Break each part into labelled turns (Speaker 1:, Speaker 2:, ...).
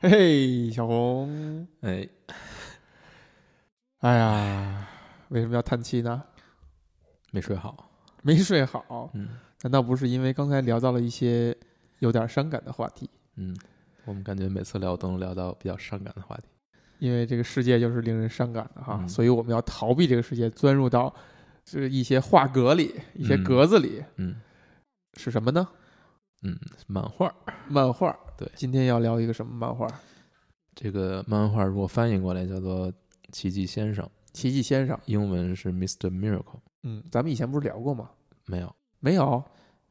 Speaker 1: 嘿嘿，小红，
Speaker 2: 哎，
Speaker 1: 哎呀，为什么要叹气呢？
Speaker 2: 没睡好。
Speaker 1: 没睡好，
Speaker 2: 嗯
Speaker 1: 难道不是因为刚才聊到了一些有点伤感的话题？
Speaker 2: 嗯，我们感觉每次聊都能聊到比较伤感的话题。
Speaker 1: 因为这个世界就是令人伤感的哈，
Speaker 2: 嗯
Speaker 1: 所以我们要逃避这个世界，钻入到这一些画格里、一些
Speaker 2: 嗯
Speaker 1: 格子里，
Speaker 2: 嗯
Speaker 1: 是什么呢？
Speaker 2: 嗯，漫画
Speaker 1: 漫画。
Speaker 2: 对
Speaker 1: 今天要聊一个什么漫画？《
Speaker 2: 这个漫画如果翻译过来叫做《奇迹先生》，
Speaker 1: 奇迹先生》。
Speaker 2: 英文是 Mr. Miracle。
Speaker 1: 嗯，咱们以前不是聊过吗？
Speaker 2: 没有，
Speaker 1: 没有，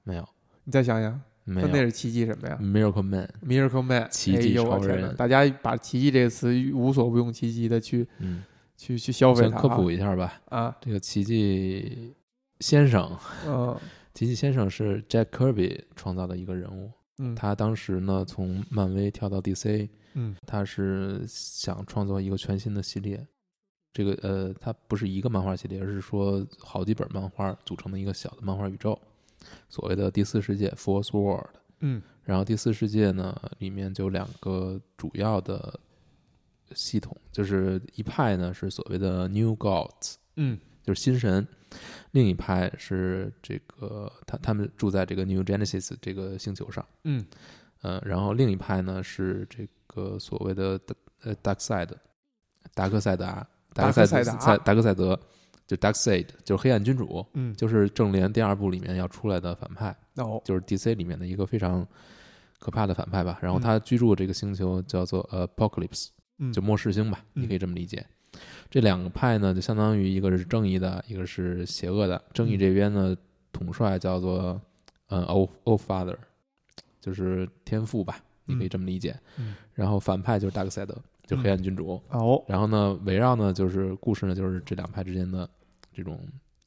Speaker 2: 没有，
Speaker 1: 你再想想，
Speaker 2: 没
Speaker 1: 那那
Speaker 2: 有。
Speaker 1: 是奇迹什么呀？
Speaker 2: Miracle Man。
Speaker 1: Miracle Man，
Speaker 2: 奇迹
Speaker 1: 哎呦我
Speaker 2: 超
Speaker 1: 天
Speaker 2: 人
Speaker 1: 哪大家把“奇迹”这个词无所不用其极的去
Speaker 2: 嗯，
Speaker 1: 去去消费
Speaker 2: 先
Speaker 1: 它
Speaker 2: 科普一下吧。
Speaker 1: 啊啊，
Speaker 2: 这个奇迹先生，
Speaker 1: 嗯
Speaker 2: 奇迹先生是 Jack Kirby 创造的一个人物。
Speaker 1: 嗯，
Speaker 2: 他当时呢，从漫威跳到 DC，
Speaker 1: 嗯
Speaker 2: 他是想创作一个全新的系列。这个呃，它不是一个漫画系列，而是说好几本漫画组成的一个小的漫画宇宙，所谓的第四世界 （Fourth World）。
Speaker 1: 嗯
Speaker 2: 然后第四世界呢，里面就有两个主要的系统，就是一派呢是所谓的 New Gods，
Speaker 1: 嗯
Speaker 2: 就是新神；另一派是这个他他们住在这个 New Genesis 这个星球上。
Speaker 1: 嗯
Speaker 2: 呃，然后另一派呢是这个所谓的呃 Dark Side，达克赛达，
Speaker 1: 达
Speaker 2: 达
Speaker 1: 克啊
Speaker 2: 克
Speaker 1: 赛
Speaker 2: 赛
Speaker 1: 达
Speaker 2: 德赛达克赛德，就 Dark Side，就是黑暗君主，
Speaker 1: 嗯，
Speaker 2: 就是正联第二部里面要出来的反派，
Speaker 1: 哦
Speaker 2: 就是 DC 里面的一个非常可怕的反派吧。然后
Speaker 1: 嗯
Speaker 2: 他居住这个星球叫做呃 Apocalypse，
Speaker 1: 嗯
Speaker 2: 就末世星吧，
Speaker 1: 嗯
Speaker 2: 你可以这么理解。这两个派呢，就相当于一个是正义的，一个是邪恶的。正
Speaker 1: 嗯
Speaker 2: 义这边呢，统帅叫做呃 O O Father，就是天父吧，你可以这么理解。
Speaker 1: 嗯
Speaker 2: 然后反派就是达克赛德，就是黑暗君主。
Speaker 1: 哦
Speaker 2: 然后呢，围绕呢就是故事呢就是这两派之间的这种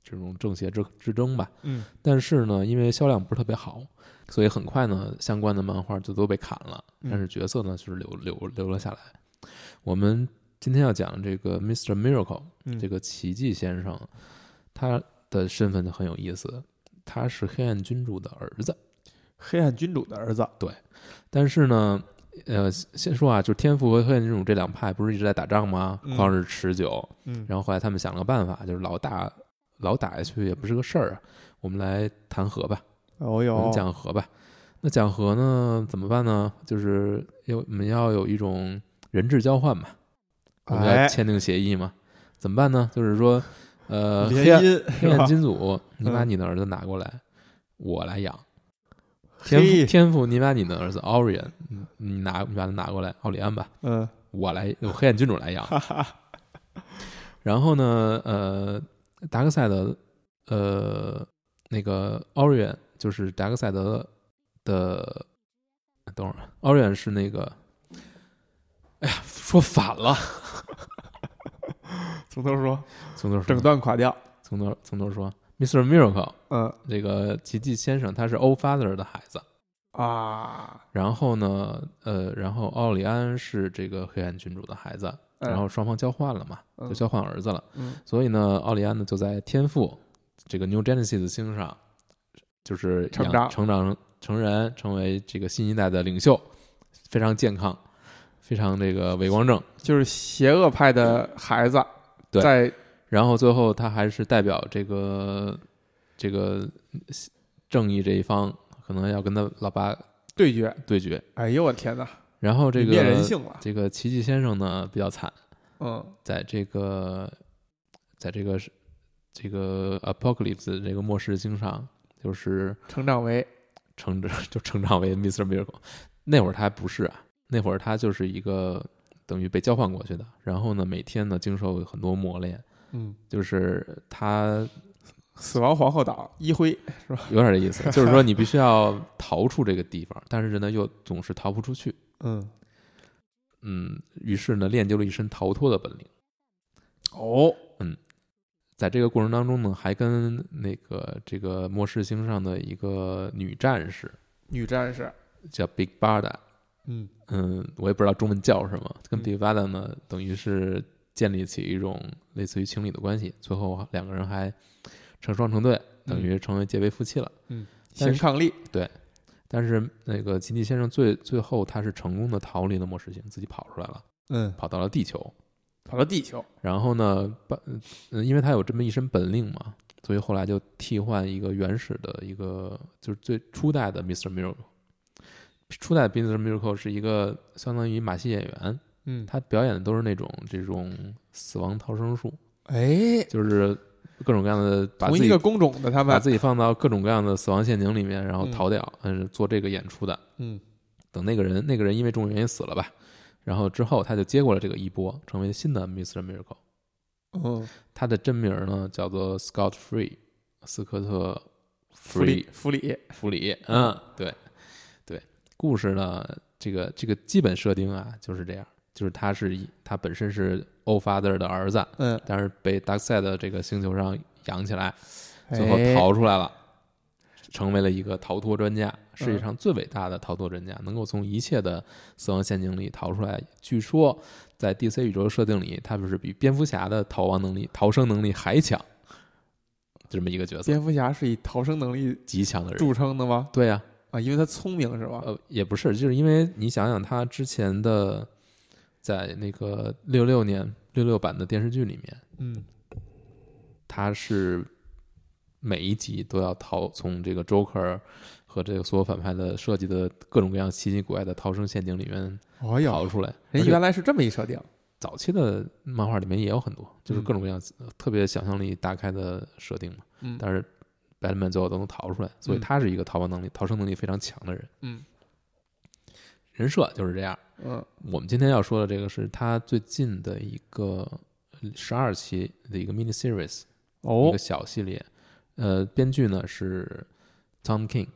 Speaker 2: 这种正邪之之争吧。
Speaker 1: 嗯
Speaker 2: 但是呢，因为销量不是特别好，所以很快呢，相关的漫画就都被砍了，
Speaker 1: 嗯
Speaker 2: 但是角色呢就是留留留了下来。我们今天要讲这个 Mr. Miracle
Speaker 1: 嗯
Speaker 2: 这个奇迹先生，他的身份就很有意思，他是黑暗君主的儿子。
Speaker 1: 黑暗君主的儿子，
Speaker 2: 但是呢，呃，先说啊，就是天赋和黑暗君主这两派不是一直在打仗吗？
Speaker 1: 嗯
Speaker 2: 旷日持久，
Speaker 1: 嗯
Speaker 2: 然后后来他们想了个办法，就是老打老打下去也不是个事儿啊，我们来谈和吧。
Speaker 1: 哦
Speaker 2: 我
Speaker 1: 哟
Speaker 2: 们，讲和吧。那讲和呢，怎么办呢？就是要我们要有一种人质交换嘛，我们要
Speaker 1: 哎
Speaker 2: 签订协议嘛。怎么办呢？就是说，呃，黑
Speaker 1: 联
Speaker 2: 暗
Speaker 1: 姻
Speaker 2: 黑
Speaker 1: 是吧
Speaker 2: 暗金主，你把
Speaker 1: 嗯
Speaker 2: 你的儿子拿过来，我来养。天
Speaker 1: 嘿
Speaker 2: 赋天赋，你把你的儿子 Orion，嗯你拿你把他拿过来，奥利安吧，
Speaker 1: 嗯
Speaker 2: 我来，我黑暗君主来养。然后呢，呃，达克赛德，呃，那个 Orion 就是达克赛德的，等会儿，Orion 是那个，哎呀，说反了，
Speaker 1: 从头说，
Speaker 2: 从头
Speaker 1: 整
Speaker 2: 说，
Speaker 1: 段垮掉，
Speaker 2: 从头从头说，Mr. Miracle
Speaker 1: 嗯
Speaker 2: 这个奇迹先生，他是 Old Father 的孩子。
Speaker 1: 啊，
Speaker 2: 然后呢，呃，然后奥利安是这个黑暗君主的孩子，
Speaker 1: 嗯
Speaker 2: 然后双方交换了嘛，
Speaker 1: 嗯
Speaker 2: 就交换儿子了。
Speaker 1: 嗯
Speaker 2: 所以呢，奥利安呢就在天赋这个 New Genesis 星上，就是养
Speaker 1: 成长
Speaker 2: 成长成人，成为这个新一代的领袖，非常健康，非常这个伟光正。
Speaker 1: 就是邪恶派的孩子，
Speaker 2: 对
Speaker 1: 在
Speaker 2: 然后最后他还是代表这个这个正义这一方，可能要跟他老爸
Speaker 1: 对决，
Speaker 2: 对决。
Speaker 1: 哎呦我天哪，
Speaker 2: 然后这
Speaker 1: 泯灭人
Speaker 2: 个
Speaker 1: 性了，
Speaker 2: 这个奇迹先生呢比较惨，
Speaker 1: 嗯
Speaker 2: 在这个在这个这个 Apocalypse 这个末世星上，就是。
Speaker 1: 成长为
Speaker 2: 成长 就成长为 Mr. Miracle。那会儿他还不是啊，那会儿他就是一个等于被交换过去的。然后呢，每天呢经受很多磨练，
Speaker 1: 嗯
Speaker 2: 就是他
Speaker 1: 死亡皇后岛一辉是吧？
Speaker 2: 有点这意思，就是说你必须要逃出这个地方，但是呢又总是逃不出去。
Speaker 1: 嗯
Speaker 2: 嗯，于是呢练就了一身逃脱的本领。
Speaker 1: 哦，
Speaker 2: 在这个过程当中呢，还跟那个这个末世星上的一个女战士
Speaker 1: 女战士，
Speaker 2: 叫 Big Barda
Speaker 1: 嗯
Speaker 2: 嗯，我也不知道中文叫什么，跟
Speaker 1: 嗯
Speaker 2: Big Vada 呢，等于是建立起一种类似于情侣的关系，最后两个人还成双成对，等于成为结为夫妻了。
Speaker 1: 强抗力，
Speaker 2: 对，但是那个奇蒂先生最最后他是成功的逃离了末世星，自己跑出来了，
Speaker 1: 嗯，
Speaker 2: 跑到了地球。
Speaker 1: 跑到地球，
Speaker 2: 然后呢，把呃因为他有这么一身本领嘛，所以后来就替换一个原始的一个，就是最初代的 Mr. Miracle。初代 Mr. Miracle 是一个相当于马戏演员，
Speaker 1: 嗯，
Speaker 2: 他表演的都是那种这种死亡逃生术，
Speaker 1: 哎，
Speaker 2: 就是各种各样的把
Speaker 1: 同
Speaker 2: 自
Speaker 1: 一
Speaker 2: 己
Speaker 1: 个工种的他
Speaker 2: 把
Speaker 1: 们，
Speaker 2: 自己放到各种各样的死亡陷阱里面，然后
Speaker 1: 嗯
Speaker 2: 逃掉，嗯，做这个演出的。
Speaker 1: 嗯
Speaker 2: 等那个人那个人因为种种原因死了吧，然后之后他就接过了这个衣钵，成为新的 Mr. Miracle。
Speaker 1: 嗯，
Speaker 2: 他的真名呢叫做 Scott Free，斯科特
Speaker 1: 弗
Speaker 2: 弗
Speaker 1: 里
Speaker 2: 里
Speaker 1: 弗里，
Speaker 2: 弗里，嗯，对对。故事呢，这个这个基本设定啊就是这样，就是他是一他本身是 Old Father 的儿子，
Speaker 1: 嗯，
Speaker 2: 但是被 Dark Side 的这个星球上养起来，最
Speaker 1: 哎
Speaker 2: 后逃出来了。成为了一个逃脱专家，世界上最伟大的逃脱专家，能够从一切的死亡陷阱里逃出来。据说，在 DC 宇宙设定里，他们是比蝙蝠侠的逃亡能力、逃生能力还强，这么一个角色，
Speaker 1: 蝙蝠侠是以逃生能力
Speaker 2: 极强的人。
Speaker 1: 著称的吗？
Speaker 2: 对呀、
Speaker 1: 啊，因为他聪明是吧？
Speaker 2: 呃，也不是，就是因为你想想他之前的，在那个六六年六六版的电视剧里面，
Speaker 1: 嗯，
Speaker 2: 他是每一集都要逃从这个 Joker 和这个所有反派的设计的各种各样奇奇怪怪的逃生陷阱里面
Speaker 1: 哎
Speaker 2: 逃
Speaker 1: 呦，
Speaker 2: 出来。
Speaker 1: 人
Speaker 2: 而且
Speaker 1: 原来是这么一设定，
Speaker 2: 早期的漫画里面也有很多，就是
Speaker 1: 嗯
Speaker 2: 各种各样、呃特别想象力大开的设定嘛。
Speaker 1: 嗯
Speaker 2: 但是 Batman 最后都能逃出来，所以
Speaker 1: 嗯
Speaker 2: 他是一个逃亡能力、逃生能力非常强的人。
Speaker 1: 嗯
Speaker 2: 人设就是这样。
Speaker 1: 嗯
Speaker 2: 我们今天要说的这个是他最近的一个十二期的一个 mini series，一
Speaker 1: 哦
Speaker 2: 个小系列。呃，编剧呢是 Tom King，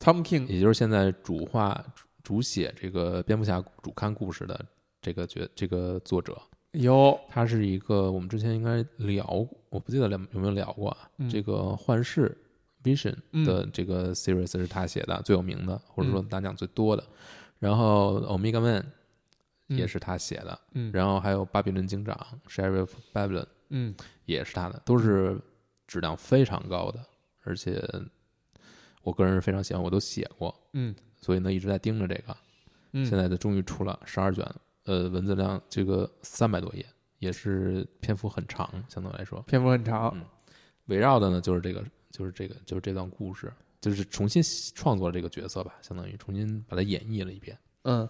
Speaker 1: ，Tom King
Speaker 2: 也就是现在主画主写这个蝙蝠侠主刊故事的这个角这个作者。
Speaker 1: 有
Speaker 2: 他是一个我们之前应该聊，我不记得聊有没有聊过啊。
Speaker 1: 嗯
Speaker 2: 这个幻视 Vision
Speaker 1: 嗯
Speaker 2: 的这个 series 是他写的最有名的，或者说拿奖最多的。然后 Omega Man 也，是他写的，
Speaker 1: 嗯嗯
Speaker 2: 然后还有巴比伦警长 Sheriff Babylon
Speaker 1: 嗯
Speaker 2: 也是他的，都是质量非常高的，而且我个人是非常喜欢，我都写过，
Speaker 1: 嗯
Speaker 2: 所以呢一直在盯着这个。
Speaker 1: 嗯，
Speaker 2: 现在的终于出了十二卷，呃，文字量这个三百多页，也是篇幅很长，相对来说，
Speaker 1: 篇幅很长，
Speaker 2: 围绕的呢就是这个，就是这个，就是这段故事，就是重新创作了这个角色吧，相当于重新把它演绎了一遍。
Speaker 1: 嗯，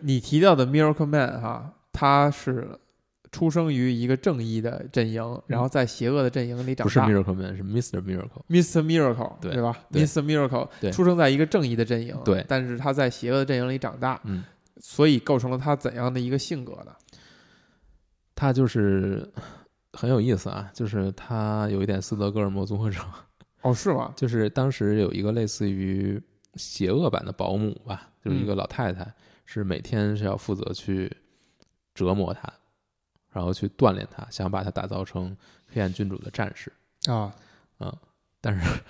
Speaker 1: 你提到的 Miracle Man 哈、他是出生于一个正义的阵营，然后在邪恶的阵营里长
Speaker 2: 不是
Speaker 1: 大。
Speaker 2: Miracle Man，是 Mr. Miracle。
Speaker 1: Mr. Miracle，
Speaker 2: 对
Speaker 1: 吧
Speaker 2: 对
Speaker 1: ？Mr. Miracle
Speaker 2: 对
Speaker 1: 出生在一个正义的阵营，
Speaker 2: 对
Speaker 1: 但是他在邪恶的阵营里长大，
Speaker 2: 嗯，
Speaker 1: 所以构成了他怎样的一个性格呢？
Speaker 2: 他就是很有意思啊，就是他有一点斯德哥尔摩综合症，
Speaker 1: 哦，是吗？
Speaker 2: 就是当时有一个类似于邪恶版的保姆吧，就是一个老太太，是每天是要负责去折磨他，然后去锻炼他，想把他打造成黑暗君主的战士。
Speaker 1: 啊，
Speaker 2: 嗯 但是，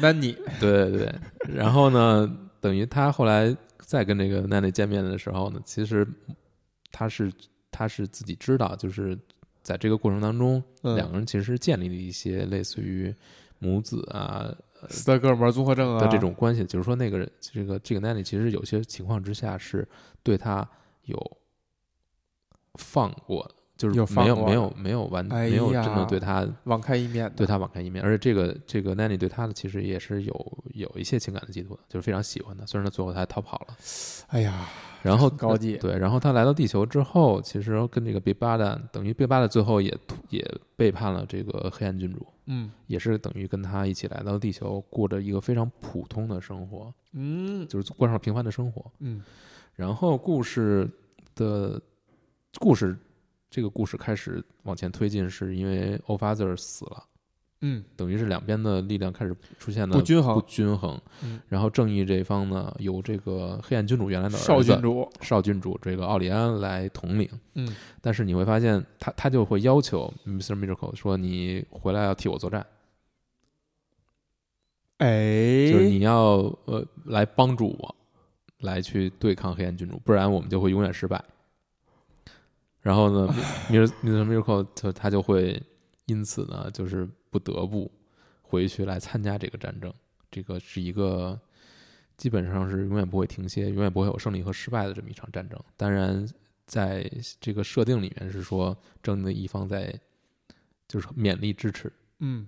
Speaker 1: n y
Speaker 2: 对对对，然后呢，等于他后来再跟这个奈奈见面的时候呢，其实他是他是自己知道，就是在这个过程当中，
Speaker 1: 嗯
Speaker 2: 两个人其实建立了一些类似于母子啊，
Speaker 1: 斯德哥尔摩综合症啊
Speaker 2: 的这，种关系，就是说那个人，这个这个奈里其实有些情况之下是对他有放过的，就是
Speaker 1: 有
Speaker 2: 没
Speaker 1: 放
Speaker 2: 有
Speaker 1: 过
Speaker 2: 没有没有完、
Speaker 1: 哎呀
Speaker 2: 没有真的对他
Speaker 1: 网开一面
Speaker 2: 对
Speaker 1: 的，
Speaker 2: 他网开一面，而且这个这个奈里对他的其实也是有有一些情感的嫉妒的，就是非常喜欢他，虽然他最后他还逃跑了，
Speaker 1: 哎呀，
Speaker 2: 然后
Speaker 1: 很高级
Speaker 2: 对，然后他来到地球之后，其实跟这个贝巴的等于贝巴的最后也突也背叛了这个黑暗君主。
Speaker 1: 嗯
Speaker 2: 也是等于跟他一起来到地球，过着一个非常普通的生活，
Speaker 1: 嗯
Speaker 2: 就是过上了平凡的生活。
Speaker 1: 嗯
Speaker 2: 然后故事的故事，这个故事开始往前推进，是因为 o Father 死了，
Speaker 1: 嗯，
Speaker 2: 等于是两边的力量开始出现了
Speaker 1: 不均
Speaker 2: 不
Speaker 1: 衡，
Speaker 2: 均衡。
Speaker 1: 嗯
Speaker 2: 然后正义这一方呢，由这个黑暗君主原来的儿子
Speaker 1: 少君主，
Speaker 2: 少君主这个奥利安来统领。
Speaker 1: 嗯
Speaker 2: 但是你会发现他，他就会要求 Mr. Miracle 说：“你回来要替我作战，
Speaker 1: 哎，
Speaker 2: 就是你要呃来帮助我，来去对抗黑暗君主，不然我们就会永远失败。然后呢，Mir Mir Miracle 就他就会因此呢，就是不得不回去来参加这个战争，这个是一个基本上是永远不会停歇、永远不会有胜利和失败的这么一场战争。当然，在这个设定里面是说正义的一方在就是勉力支持，
Speaker 1: 嗯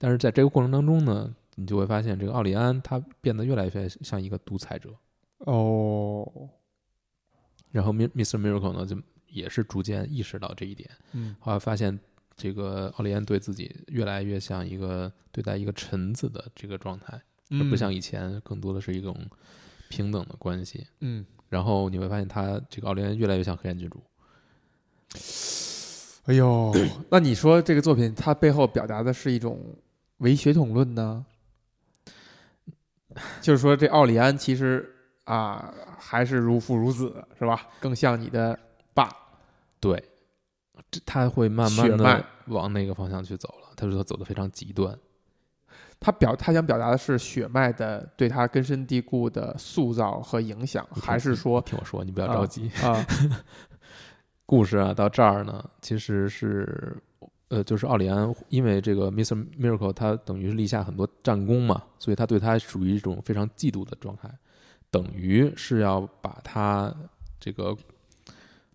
Speaker 2: 但是在这个过程当中呢，你就会发现这个奥利安他变得越来越像一个独裁者，
Speaker 1: 哦，
Speaker 2: 然后 Mi- Mr. Miracle 呢就也是逐渐意识到这一点。
Speaker 1: 嗯
Speaker 2: 后来发现这个奥利安对自己越来越像一个对待一个臣子的这个状态，而
Speaker 1: 嗯
Speaker 2: 不像以前更多的是一种平等的关系。
Speaker 1: 嗯，
Speaker 2: 然后你会发现他这个奥利安越来越像黑暗君主，
Speaker 1: 哎 呦，那你说这个作品它背后表达的是一种唯血统论呢？就是说，这奥利安其实啊，还是如父如子，是吧？更像你的爸。
Speaker 2: 对，这他会慢慢
Speaker 1: 血
Speaker 2: 的
Speaker 1: 脉
Speaker 2: 往那个方向去走了。他说他走的非常极端，
Speaker 1: 他表他想表达的是血脉的对他根深蒂固的塑造和影响，
Speaker 2: 你听
Speaker 1: 还是说
Speaker 2: 你听我说，你不要
Speaker 1: 啊
Speaker 2: 着急。
Speaker 1: 啊？
Speaker 2: 故事啊，到这儿呢，其实是。呃，就是奥利安，因为这个 Mr. Miracle 他等于立下很多战功嘛，所以他对他属于一种非常嫉妒的状态，等于是要把他这个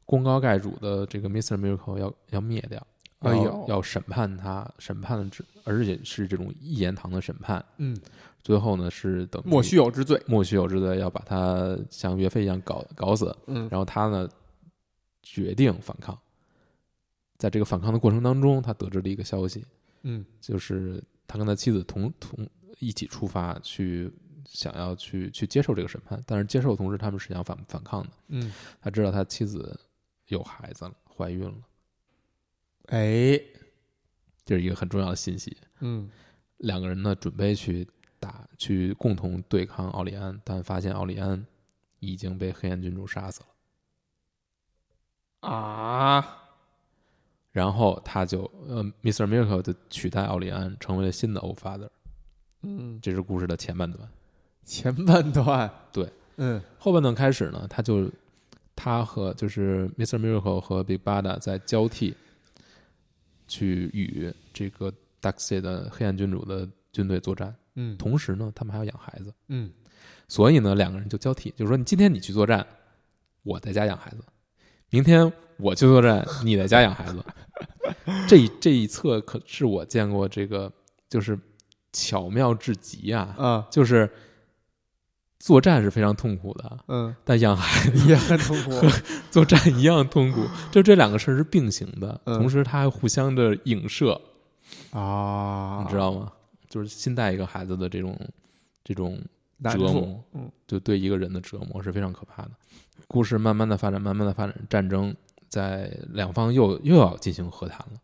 Speaker 2: 功高盖主的这个 Mr. Miracle 要要灭掉，要、
Speaker 1: 哎呦
Speaker 2: 要审判他，审判了之，而且是这种一言堂的审判，
Speaker 1: 嗯，
Speaker 2: 最后呢是等于
Speaker 1: 莫须有之罪。
Speaker 2: 莫须有之罪，要把他像岳飞一样搞搞死，
Speaker 1: 嗯
Speaker 2: 然后他呢决定反抗，在这个反抗的过程当中，他得知了一个消息，
Speaker 1: 嗯
Speaker 2: 就是他跟他妻子同同一起出发去想要去去接受这个审判，但是接受的同时他们是想反反抗的。
Speaker 1: 嗯，
Speaker 2: 他知道他妻子有孩子了，怀孕了，
Speaker 1: 哎，
Speaker 2: 这是一个很重要的信息。
Speaker 1: 嗯
Speaker 2: 两个人呢准备去打去共同对抗奥利安，但发现奥利安已经被黑暗君主杀死了。
Speaker 1: 啊，
Speaker 2: 然后他就呃，Mr. Miracle 就取代奥利安成为了新的 Old Father，
Speaker 1: 嗯，
Speaker 2: 这是故事的前半段。
Speaker 1: 前半段
Speaker 2: 对，
Speaker 1: 嗯
Speaker 2: 后半段开始呢，他就他和就是 Mr. Miracle 和 Big Bada 在交替去与这个 Darkseid 的黑暗君主的军队作战，
Speaker 1: 嗯
Speaker 2: 同时呢，他们还要养孩子，
Speaker 1: 嗯
Speaker 2: 所以呢，两个人就交替，就是说你今天你去作战，我在家养孩子；明天我去作战，你在家养孩子。 这一这一侧可是我见过这个就是巧妙至极啊，
Speaker 1: 啊
Speaker 2: 就是作战是非常痛苦的，
Speaker 1: 嗯，
Speaker 2: 但养孩
Speaker 1: 也很痛 苦。
Speaker 2: 作战一样痛苦，就这两个事儿是并行的，
Speaker 1: 嗯
Speaker 2: 同时它还互相的影射，
Speaker 1: 啊，
Speaker 2: 你知道吗？就是新带一个孩子的这种这种
Speaker 1: 难
Speaker 2: 折
Speaker 1: 处
Speaker 2: 磨，
Speaker 1: 嗯，
Speaker 2: 就对一个人的折磨是非常可怕的。故事慢慢的发展，慢慢的发展，战争在两方又又要进行和谈了，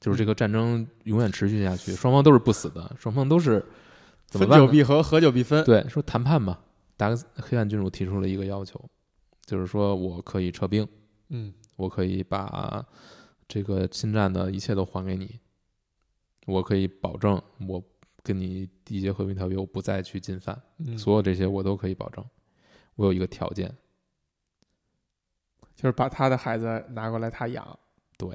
Speaker 2: 就是这个战争永远持续下去，双方都是不死的，双方都是怎么
Speaker 1: 分
Speaker 2: 办
Speaker 1: 久
Speaker 2: 呢？
Speaker 1: 必合，合久必分。
Speaker 2: 对，说谈判吧。达克斯黑暗君主提出了一个要求，就是说我可以撤兵，
Speaker 1: 嗯
Speaker 2: 我可以把这个侵占的一切都还给你，我可以保证我跟你缔结和平条约，我不再去进犯，
Speaker 1: 嗯，
Speaker 2: 所有这些我都可以保证。我有一个条件，
Speaker 1: 就是把他的孩子拿过来他养。
Speaker 2: 对，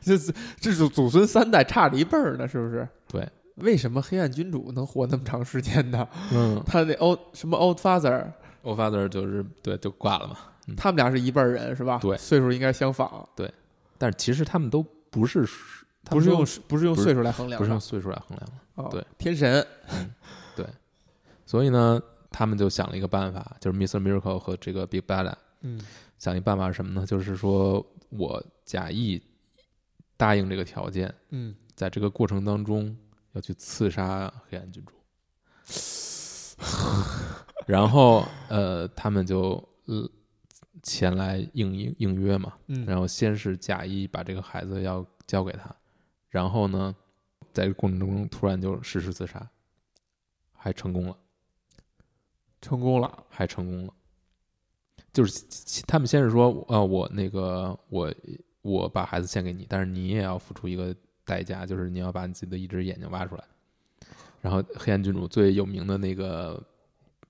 Speaker 1: 这是这祖祖孙三代差了一辈儿呢，是不是？
Speaker 2: 对。
Speaker 1: 为什么黑暗君主能活那么长时间呢？
Speaker 2: 嗯
Speaker 1: 他那 old 什么 old father，
Speaker 2: 我 father 就是对就挂了嘛。
Speaker 1: 他们俩是一辈儿人是吧？
Speaker 2: 对
Speaker 1: 岁数应该相仿，
Speaker 2: 但是其实他们都不是，他
Speaker 1: 不
Speaker 2: 们
Speaker 1: 是
Speaker 2: 都
Speaker 1: 用不是用
Speaker 2: 不是
Speaker 1: 岁数来衡量
Speaker 2: 不
Speaker 1: 的，
Speaker 2: 是用岁数来衡量的，
Speaker 1: 哦
Speaker 2: 对
Speaker 1: 天神，
Speaker 2: 所以呢，他们就想了一个办法，就是 Mr. Miracle 和这个 Big Bad
Speaker 1: 嗯
Speaker 2: 想一办法是什么呢？就是说我假意答应这个条件，
Speaker 1: 嗯，
Speaker 2: 在这个过程当中要去刺杀黑暗君主，然后呃，他们就呃前来应应应约嘛，
Speaker 1: 嗯
Speaker 2: 然后先是假意把这个孩子要交给他，然后呢，在这个过程中突然就实施自杀，还成功了，
Speaker 1: 成功了，
Speaker 2: 还成功了。就是他们先是说，呃，我那个我我把孩子献给你，但是你也要付出一个代价，就是你要把你自己的一只眼睛挖出来。然后黑暗君主最有名的那个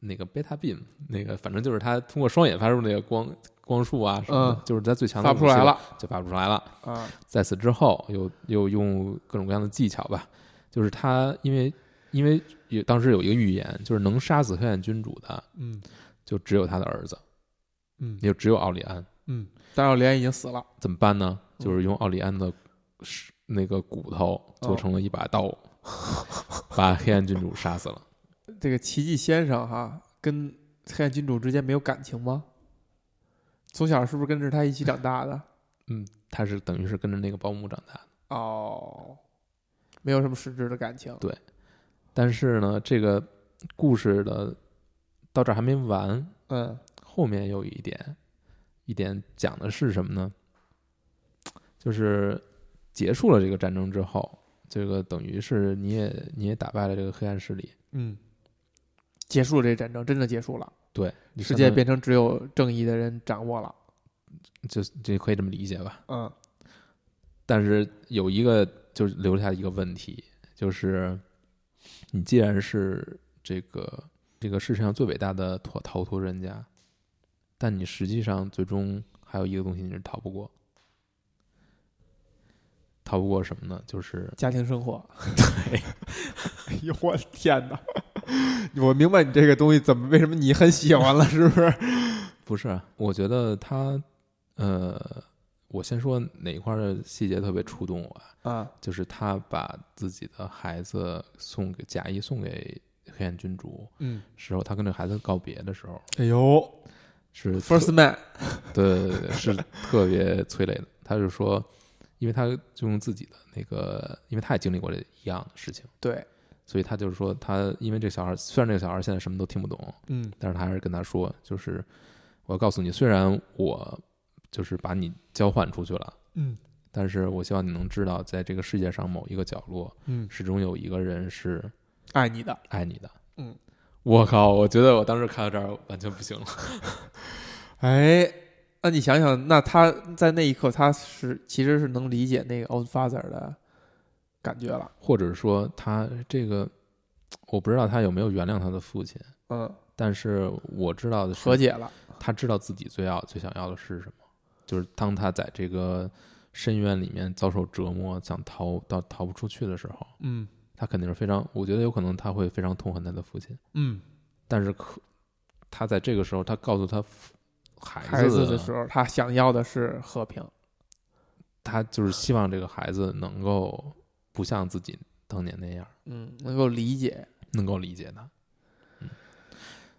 Speaker 2: 那个贝塔 beam，那个反正就是他通过双眼发出那个光光束啊什么的，
Speaker 1: 嗯
Speaker 2: 就是他最强的
Speaker 1: 发不出来了，
Speaker 2: 就发不出来了。
Speaker 1: 啊，
Speaker 2: 在此之后，又又用各种各样的技巧吧，就是他因为因为有当时有一个预言，就是能杀死黑暗君主的，
Speaker 1: 嗯
Speaker 2: 就只有他的儿子，
Speaker 1: 嗯
Speaker 2: 也就只有奥利安。
Speaker 1: 嗯，但是莲已经死了，
Speaker 2: 怎么办呢？就是用奥利安的尸那个骨头
Speaker 1: 哦
Speaker 2: 做成了一把刀， 把黑暗君主杀死了。
Speaker 1: 这个奇迹先生哈跟黑暗君主之间没有感情吗？从小是不是跟着他一起长大 的？
Speaker 2: 他是等于是跟着那个保姆长大的。
Speaker 1: 哦，没有什么实质的感情。
Speaker 2: 但是呢，这个故事的到这儿还没完，
Speaker 1: 嗯
Speaker 2: 后面有一点，一点讲的是什么呢？就是结束了这个战争之后，这个等于是你也你也打败了这个黑暗势力，
Speaker 1: 嗯，结束了这战争，真的结束了，
Speaker 2: 对，你
Speaker 1: 世界
Speaker 2: 相当于
Speaker 1: 变成只有正义的人掌握了。
Speaker 2: 就就可以这么理解吧。
Speaker 1: 嗯
Speaker 2: 但是有一个就是留下一个问题，就是你既然是这个这个世界上最伟大的逃逃脱专家，但你实际上最终还有一个东西你是逃不过，逃不过什么呢？就是
Speaker 1: 家庭生活。 对，哎呦我的天哪！ 我明白你这个东西怎么为什么你很喜欢了，是不是？
Speaker 2: 不是啊？我觉得他呃，我先说哪一块儿的细节特别触动我 啊，
Speaker 1: 啊，
Speaker 2: 就是他把自己的孩子送给假意送给黑暗君主
Speaker 1: 嗯，
Speaker 2: 时候，他跟这孩子告别的时候。
Speaker 1: 哎呦
Speaker 2: 是 特
Speaker 1: ，First Man，
Speaker 2: 对对对对是特别催泪的。他就说，因为他就用自己的那个，因为他也经历过这一样的事情，
Speaker 1: 对，
Speaker 2: 所以他就是说他，因为这个小孩虽然这个小孩现在什么都听不懂，
Speaker 1: 嗯
Speaker 2: 但是他还是跟他说，就是我要告诉你，虽然我就是把你交换出去了，
Speaker 1: 嗯
Speaker 2: 但是我希望你能知道，在这个世界上某一个角落，
Speaker 1: 嗯，
Speaker 2: 始终有一个人是
Speaker 1: 爱你的，
Speaker 2: 爱你的。
Speaker 1: 嗯，
Speaker 2: 我靠，我觉得我当时看到这儿完全不行了。
Speaker 1: 哎，那你想想，那他在那一刻，他是其实是能理解那个 Old Father 的感觉了，
Speaker 2: 或者说他这个，我不知道他有没有原谅他的父亲，
Speaker 1: 嗯，
Speaker 2: 但是我知道的是，
Speaker 1: 和解了，
Speaker 2: 他知道自己最要最想要的是什么，就是当他在这个深渊里面遭受折磨，想逃到逃不出去的时候，
Speaker 1: 嗯
Speaker 2: 他肯定是非常，我觉得有可能他会非常痛恨他的父亲，
Speaker 1: 嗯，
Speaker 2: 但是可他在这个时候，他告诉他父
Speaker 1: 孩
Speaker 2: 孩
Speaker 1: 子
Speaker 2: 子
Speaker 1: 的时候，他想要的是和平，
Speaker 2: 他就是希望这个孩子能够不像自己当年那样，
Speaker 1: 嗯，能够理解。
Speaker 2: 能够理解他。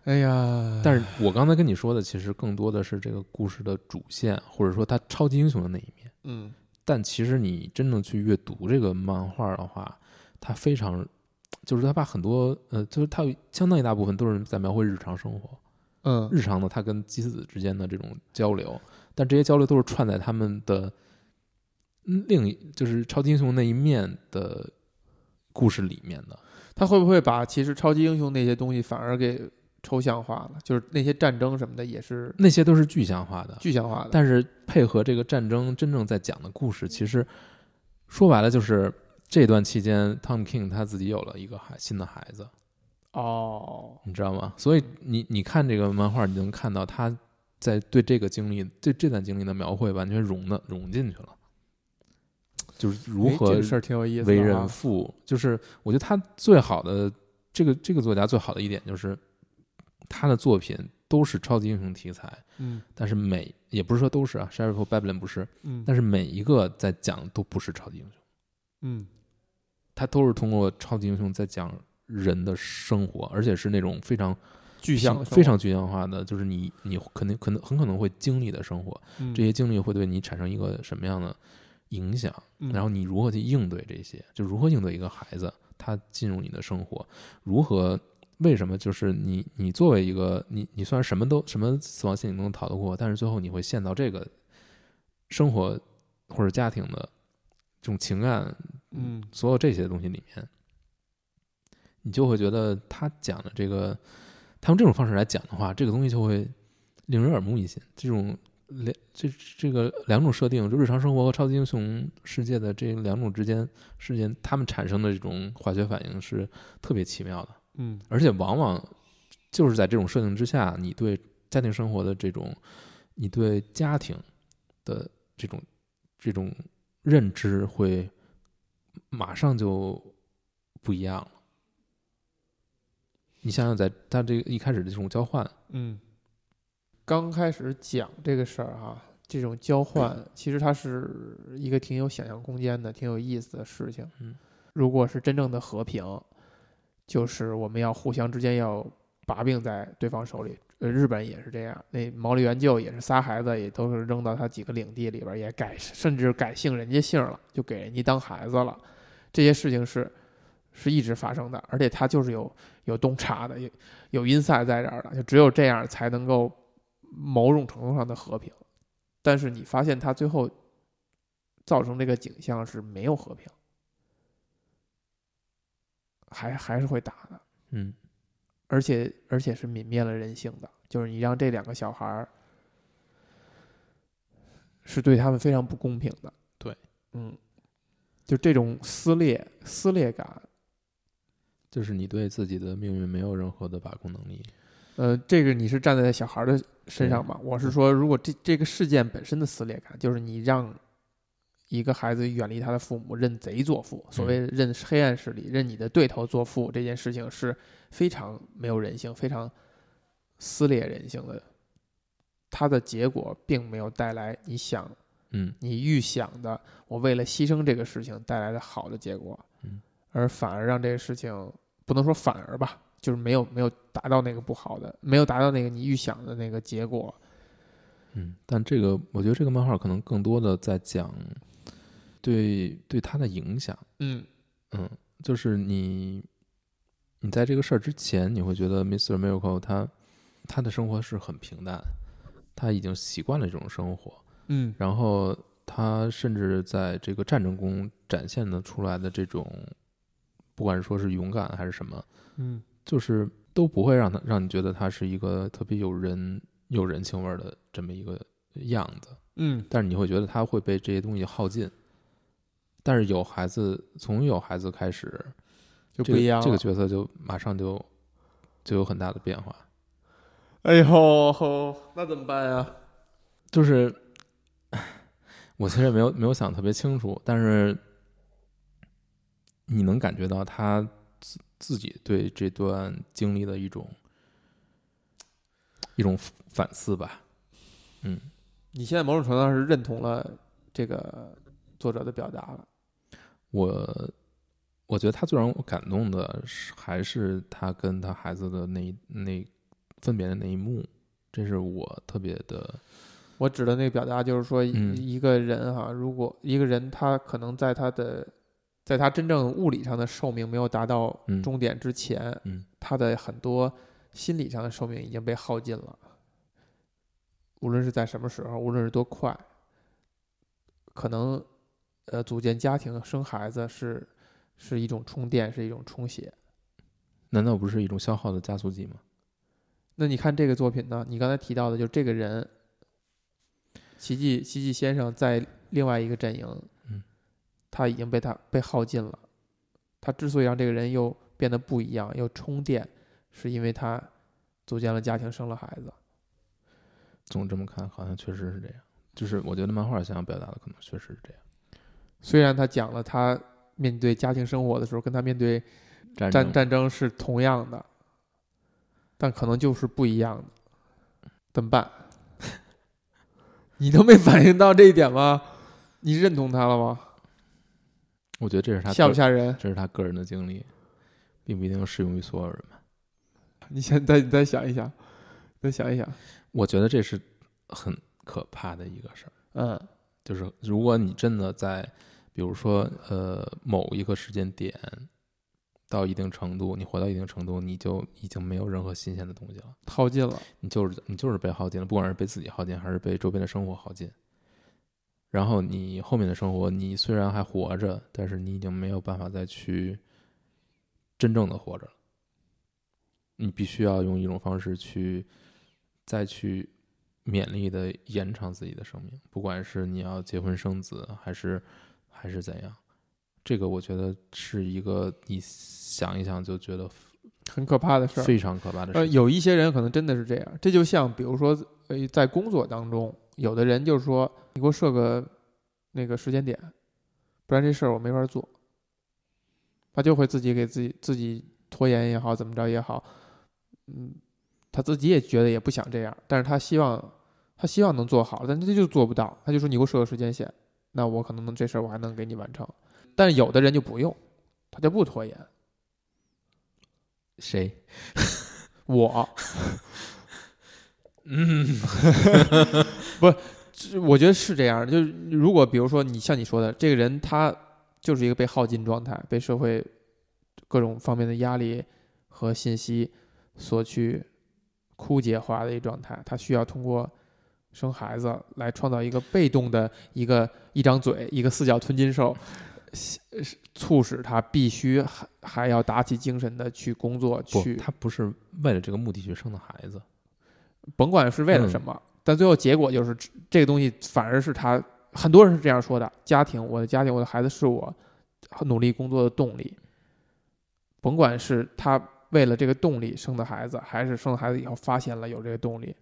Speaker 1: 哎呀，
Speaker 2: 但是我刚才跟你说的，其实更多的是这个故事的主线，或者说他超级英雄的那一面。
Speaker 1: 嗯，
Speaker 2: 但其实你真正去阅读这个漫画的话，它非常，就是他把很多呃，就是它有相当一大部分都是在描绘日常生活，
Speaker 1: 嗯
Speaker 2: 日常的他跟姬子之间的这种交流，但这些交流都是串在他们的嗯另一就是超级英雄那一面的故事里面的。
Speaker 1: 他会不会把其实超级英雄那些东西反而给抽象化了？就是那些战争什么的也是
Speaker 2: 那些都是具象化的，
Speaker 1: 具象化的。
Speaker 2: 但是配合这个战争真正在讲的故事，其实说白了就是这段期间，Tom King 他自己有了一个孩新的孩子，
Speaker 1: 哦，
Speaker 2: 你知道吗？所以你你看这个漫画，你能看到他在对这个经历、对这段经历的描绘，完全融的融进去了，就是如
Speaker 1: 哎这
Speaker 2: 何
Speaker 1: 个事儿挺有意思的、啊。
Speaker 2: 为人父。就是我觉得他最好的这个这个作家最好的一点就是他的作品都是超级英雄题材，
Speaker 1: 嗯
Speaker 2: 但是每也不是说都是啊，Sheriff of Babylon 不是，
Speaker 1: 嗯，
Speaker 2: 但是每一个在讲都不是超级英雄，
Speaker 1: 嗯
Speaker 2: 他都是通过超级英雄在讲人的生活，而且是那种非常
Speaker 1: 具象的生活
Speaker 2: 非常具象化的，就是你你肯定可能很可能会经历的生活，
Speaker 1: 嗯
Speaker 2: 这些经历会对你产生一个什么样的影响，
Speaker 1: 嗯
Speaker 2: 然后你如何去应对这些，就如何应对一个孩子他进入你的生活，如何。为什么就是你？你作为一个你，你虽然什么都什么死亡陷阱都能逃得过，但是最后你会陷到这个生活或者家庭的这种情感
Speaker 1: 嗯
Speaker 2: 所有这些东西里面，你就会觉得他讲的这个，他用这种方式来讲的话，这个东西就会令人耳目一新。这种两这这个两种设定，就日常生活和超级英雄世界的这两种之间事件，他们产生的这种化学反应是特别奇妙的，
Speaker 1: 嗯
Speaker 2: 而且往往就是在这种设定之下，你对家庭生活的这种，你对家庭的这种这种认知会马上就不一样了。你想想，在他这个一开始的这种交换，
Speaker 1: 嗯，刚开始讲这个事儿、哈，这种交换、其实它是一个挺有想象空间的、挺有意思的事情。
Speaker 2: 嗯，
Speaker 1: 如果是真正的和平，就是我们要互相之间要把柄在对方手里。呃，日本也是这样，那毛利元就也是仨孩子，也都是扔到他几个领地里边儿，也改甚至改姓人家姓了，就给人家当孩子了。这些事情是是一直发生的，而且他就是有有洞察的，有有 inside 在这儿的，就只有这样才能够某种程度上的和平。但是你发现他最后造成这个景象是没有和平，还还是会打的，
Speaker 2: 嗯
Speaker 1: 而且而且是泯灭了人性的，就是你让这两个小孩儿是对他们非常不公平的。
Speaker 2: 对，
Speaker 1: 嗯，就这种撕裂撕裂感，
Speaker 2: 就是你对自己的命运没有任何的把控能力。
Speaker 1: 呃，这个你是站在小孩的身上吧？我是说，如果这这个事件本身的撕裂感，就是你让一个孩子远离他的父母，认贼作父，所谓认黑暗势力、认你的对头作父，这件事情是非常没有人性、非常撕裂人性的。它的结果并没有带来你想、
Speaker 2: 嗯
Speaker 1: 你预想的，我为了牺牲这个事情带来的好的结果，
Speaker 2: 嗯
Speaker 1: 而反而让这个事情不能说反而吧，就是没有没有达到那个不好的，没有达到那个你预想的那个结果。
Speaker 2: 嗯，但这个我觉得这个漫画可能更多的在讲对对他的影响。
Speaker 1: 嗯
Speaker 2: 嗯，就是你，你在这个事儿之前，你会觉得 Mr. Miracle 他他的生活是很平淡，他已经习惯了这种生活，
Speaker 1: 嗯
Speaker 2: 然后他甚至在这个战争中展现的出来的这种，不管是说是勇敢还是什么，
Speaker 1: 嗯
Speaker 2: 就是都不会让他让你觉得他是一个特别有人有人情味儿的这么一个样子。
Speaker 1: 嗯
Speaker 2: 但是你会觉得他会被这些东西耗尽。但是有孩子，从有孩子开始，
Speaker 1: 就
Speaker 2: 这
Speaker 1: 不
Speaker 2: 个
Speaker 1: 一样了
Speaker 2: 这个角色就马上就就有很大的变化。
Speaker 1: 哎呦那怎么办呀、
Speaker 2: 就是 我其实也没有没有想特别清楚，但是你能感觉到他自自己对这段经历的一种一种反思吧。嗯，
Speaker 1: 你现在某种程度上是认同了这个作者的表达了。
Speaker 2: 我我觉得他最让我感动的是，还是他跟他孩子的那一那分别的那一幕，这是我特别的，
Speaker 1: 我指的那个表达就是说，一
Speaker 2: 嗯
Speaker 1: 一个人哈、如果一个人他可能在他的，在他真正物理上的寿命没有达到
Speaker 2: 嗯
Speaker 1: 终点之前，
Speaker 2: 嗯
Speaker 1: 他的很多心理上的寿命已经被耗尽了。无论是在什么时候，无论是多快，可能呃，组建家庭、生孩子是是一种充电，是一种充血。
Speaker 2: 难道不是一种消耗的加速剂吗？
Speaker 1: 那你看这个作品呢？你刚才提到的，就是这个人，奇迹奇迹先生在另外一个阵营，
Speaker 2: 嗯，
Speaker 1: 他已经被他被耗尽了。他之所以让这个人又变得不一样，又充电，是因为他组建了家庭，生了孩子。
Speaker 2: 总这么看，好像确实是这样。就是我觉得漫画想要表达的，可能确实是这样。
Speaker 1: 虽然他讲了他面对家庭生活的时候，跟他面对
Speaker 2: 战
Speaker 1: 战
Speaker 2: 争
Speaker 1: 战争是同样的，但可能就是不一样的。怎么办？ 你都没反应到这一点吗？你认同他了吗？
Speaker 2: 我觉得这是他
Speaker 1: 吓
Speaker 2: 个
Speaker 1: 不吓人？
Speaker 2: 这是他个人的经历，并不一定适用于所有人嘛。
Speaker 1: 你现在你再想一想，再想一想。
Speaker 2: 我觉得这是很可怕的一个事儿。
Speaker 1: 嗯
Speaker 2: 就是如果你真的在，比如说呃某一个时间点到一定程度，你活到一定程度，你就已经没有任何新鲜的东西了，
Speaker 1: 耗尽了。
Speaker 2: 你就是你就是被耗尽了，不管是被自己耗尽，还是被周边的生活耗尽。然后你后面的生活，你虽然还活着，但是你已经没有办法再去真正的活着了。你必须要用一种方式去再去勉力的延长自己的生命，不管是你要结婚生子，还是还是怎样。这个我觉得是一个你想一想就觉得
Speaker 1: 很可怕的事儿。
Speaker 2: 非常可怕的
Speaker 1: 呃，
Speaker 2: 事情。
Speaker 1: 有一些人可能真的是这样，这就像比如说，呃，在工作当中，有的人就是说，你给我设个那个时间点，不然这事儿我没法做。他就会自己给自己自己拖延也好，怎么着也好，嗯，他自己也觉得也不想这样，但是他希望他希望能做好，但他就做不到，他就说你给我设个时间线，那我可能能这事儿我还能给你完成。但是有的人就不用，他就不拖延。
Speaker 2: 谁？
Speaker 1: 我
Speaker 2: 嗯，
Speaker 1: 这我觉得是这样的，就是如果比如说你像你说的，这个人他就是一个被耗尽状态，被社会各种方面的压力和信息所去枯竭化的一状态，他需要通过生孩子来创造一个被动的一个一张嘴，一个四脚吞金兽，促使他必须还还要打起精神的去工作，
Speaker 2: 不
Speaker 1: 去，
Speaker 2: 他不是为了这个目的去生的孩子，
Speaker 1: 甭管是为了什么，但最后结果就是这这个东西反而是他很多人是这样说的：家庭，我的家庭，我的孩子是我努力工作的动力。甭管是他为了这个动力生的孩子，还是生了孩子以后发现了有这个动力，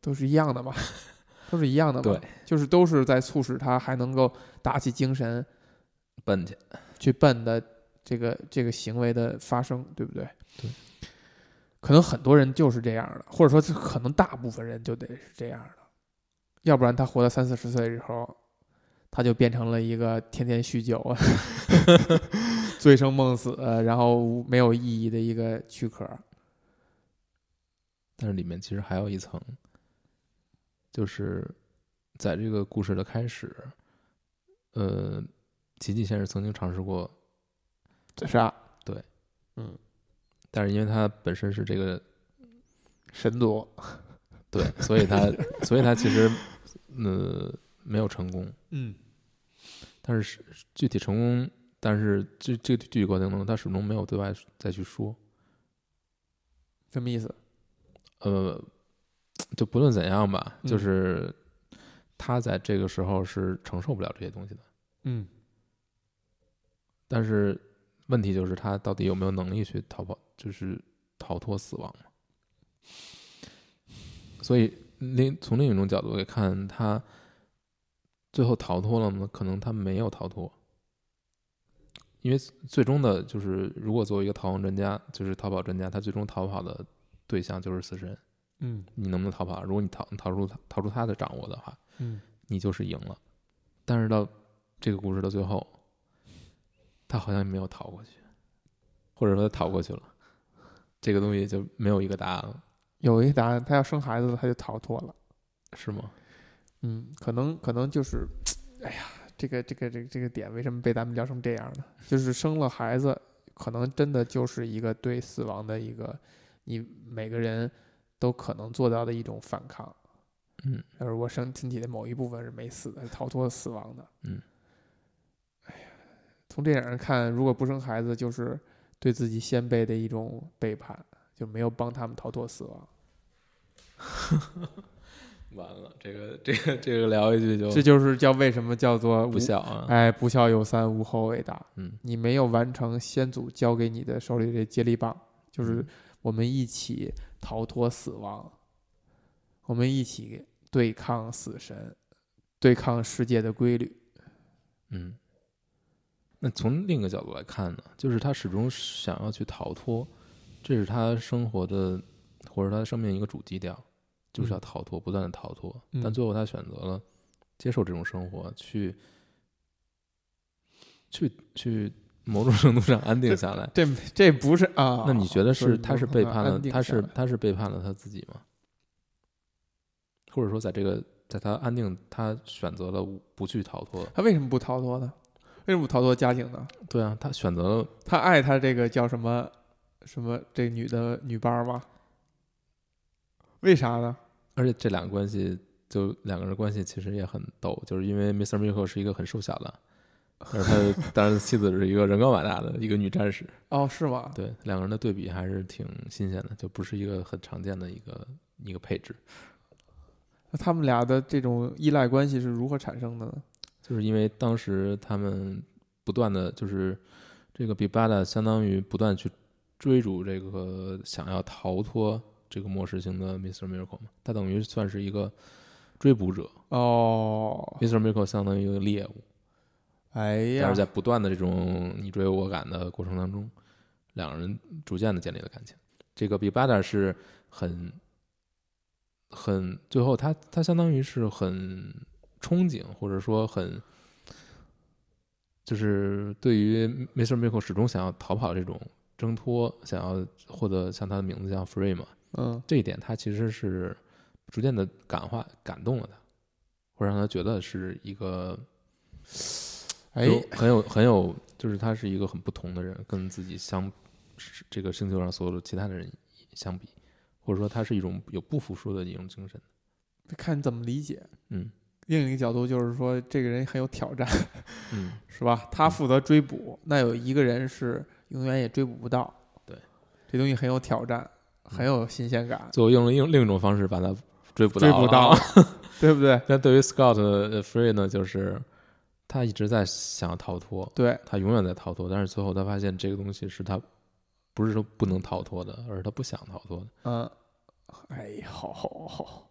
Speaker 1: 都是一样的嘛， 都是一样的嘛，
Speaker 2: 对，
Speaker 1: 就是都是在促使他还能够打起精神
Speaker 2: 笨去。
Speaker 1: 去奔的这个这个行为的发生，对不对？
Speaker 2: 对。
Speaker 1: 可能很多人就是这样的，或者说这可能大部分人就得是这样的，要不然他活到三四十岁以后，他就变成了一个天天酗酒、啊 醉生梦死，然后没有意义的一个躯壳。
Speaker 2: 但是里面其实还有一层，就是在这个故事的开始，呃，奇迹先生曾经尝试过，
Speaker 1: 这是啊，
Speaker 2: 但是因为他本身是这个
Speaker 1: 神族，
Speaker 2: 对，所以他所以他其实呃没有成功，
Speaker 1: 嗯，
Speaker 2: 但是是具体成功，但是这这个具体过程中他始终没有对外再去说，
Speaker 1: 什么意思？
Speaker 2: 呃，就不论怎样吧，
Speaker 1: 嗯
Speaker 2: 就是他在这个时候是承受不了这些东西的。
Speaker 1: 嗯，
Speaker 2: 但是问题就是他到底有没有能力去逃跑，就是逃脱死亡嘛所以另从另一种角度来看，他最后逃脱了吗？可能他没有逃脱，因为最终的就是如果作为一个逃亡专家，就是逃跑专家，他最终逃跑的对象就是死神。
Speaker 1: 嗯
Speaker 2: 你能不能逃跑？如果你逃逃出他逃出他的掌握的话，
Speaker 1: 嗯，
Speaker 2: 你就是赢了。但是到这个故事的最后，他好像也没有逃过去，或者说他逃过去了，这个东西就没有一个答案了，
Speaker 1: 有一个答案，他要生孩子了，他就逃脱了。
Speaker 2: 是吗？
Speaker 1: 嗯，可能可能就是，哎呀，这个这个这个这个点为什么被咱们聊成这样呢？就是生了孩子，可能真的就是一个对死亡的一个，你每个人都可能做到的一种反抗。
Speaker 2: 嗯，
Speaker 1: 而我身身体的某一部分是没死的，是逃脱死亡的。
Speaker 2: 嗯，
Speaker 1: 哎呀，从这点上看，如果不生孩子，就是对自己先辈的一种背叛，就没有帮他们逃脱死亡。
Speaker 2: 完了，这个这个这个聊一句就
Speaker 1: 这就是叫为什么叫做
Speaker 2: 嗯不
Speaker 1: 无
Speaker 2: 孝啊。
Speaker 1: 哎，不孝有三，无后为大。
Speaker 2: 嗯，
Speaker 1: 你没有完成先祖交给你的手里的接力棒，就是
Speaker 2: 嗯
Speaker 1: 我们一起逃脱死亡，我们一起对抗死神，对抗世界的规律。
Speaker 2: 嗯。那从另一个角度来看呢，就是他始终想要去逃脱，这是他生活的或者他生命一个主基调，就是要逃脱，不断的逃脱。
Speaker 1: 嗯。
Speaker 2: 但最后他选择了接受这种生活，去去去某种程度上安定下来
Speaker 1: 这这不是啊？
Speaker 2: 那你觉得
Speaker 1: 所
Speaker 2: 是
Speaker 1: 以
Speaker 2: 他
Speaker 1: 我
Speaker 2: 是
Speaker 1: 可
Speaker 2: 背
Speaker 1: 能
Speaker 2: 叛
Speaker 1: 安
Speaker 2: 了，
Speaker 1: 定
Speaker 2: 他
Speaker 1: 下
Speaker 2: 是
Speaker 1: 来
Speaker 2: 他是背叛了他自己吗？或者说，在这个在他安定，他选择了不去逃脱。
Speaker 1: 他为什么不逃脱呢？为什么不逃脱家庭呢？
Speaker 2: 对啊，他选择了
Speaker 1: 他爱他这个叫什么什么这女的女伴儿吗？为啥呢？
Speaker 2: 而且这两个关系，就两个人关系其实也很逗，就是因为 Mr. Miracle 是一个很瘦小的，但是他当然妻子是一个人高马大的一个女战士，
Speaker 1: 哦，是吗？
Speaker 2: 对两个人的对比还是挺新鲜的，就不是一个很常见的一个一个配置，
Speaker 1: 那他们俩的这种依赖关系是如何产生的呢？
Speaker 2: 就是因为当时他们不断的就是这个 b i b a d a 相当于不断去追逐这个想要逃脱这个末世型的 Mr. Miracle 嘛，他等于算是一个追捕者
Speaker 1: 哦，
Speaker 2: ，Mr. Miracle 相当于一个猎物。
Speaker 1: 哎呀
Speaker 2: 但是，在不断的这种你追我赶的过程当中，两人逐渐的建立了感情。这个比巴达是很很最后他他相当于是很憧憬或者说很就是对于 Mr. Miko 始终想要逃跑这种挣脱，想要获得像他的名字叫 Free 嘛，
Speaker 1: 嗯
Speaker 2: 这一点他其实是逐渐的感化感动了他，会让他觉得是一个
Speaker 1: 哎
Speaker 2: 就很有很有，就是他是一个很不同的人，跟自己相是这个星球上所有的其他的人相比，或者说他是一种有不服输的一种精神。
Speaker 1: 看你怎么理解。
Speaker 2: 嗯
Speaker 1: 另一个角度就是说，这个人很有挑战，
Speaker 2: 嗯，
Speaker 1: 是吧？他负责追捕，那有一个人是永远也追捕不到。
Speaker 2: 对，
Speaker 1: 这东西很有挑战，很有新鲜感，
Speaker 2: 最后用了另另一种方式把他追捕
Speaker 1: 追捕到
Speaker 2: 到
Speaker 1: 了
Speaker 2: 了。，
Speaker 1: 对不对？
Speaker 2: 但对于 Scott 的 Free 呢，就是他一直在想要逃脱，
Speaker 1: 对，
Speaker 2: 他永远在逃脱，但是最后他发现这个东西是他不是说不能逃脱的，而是他不想逃脱的。
Speaker 1: 嗯，哎呀，好好好。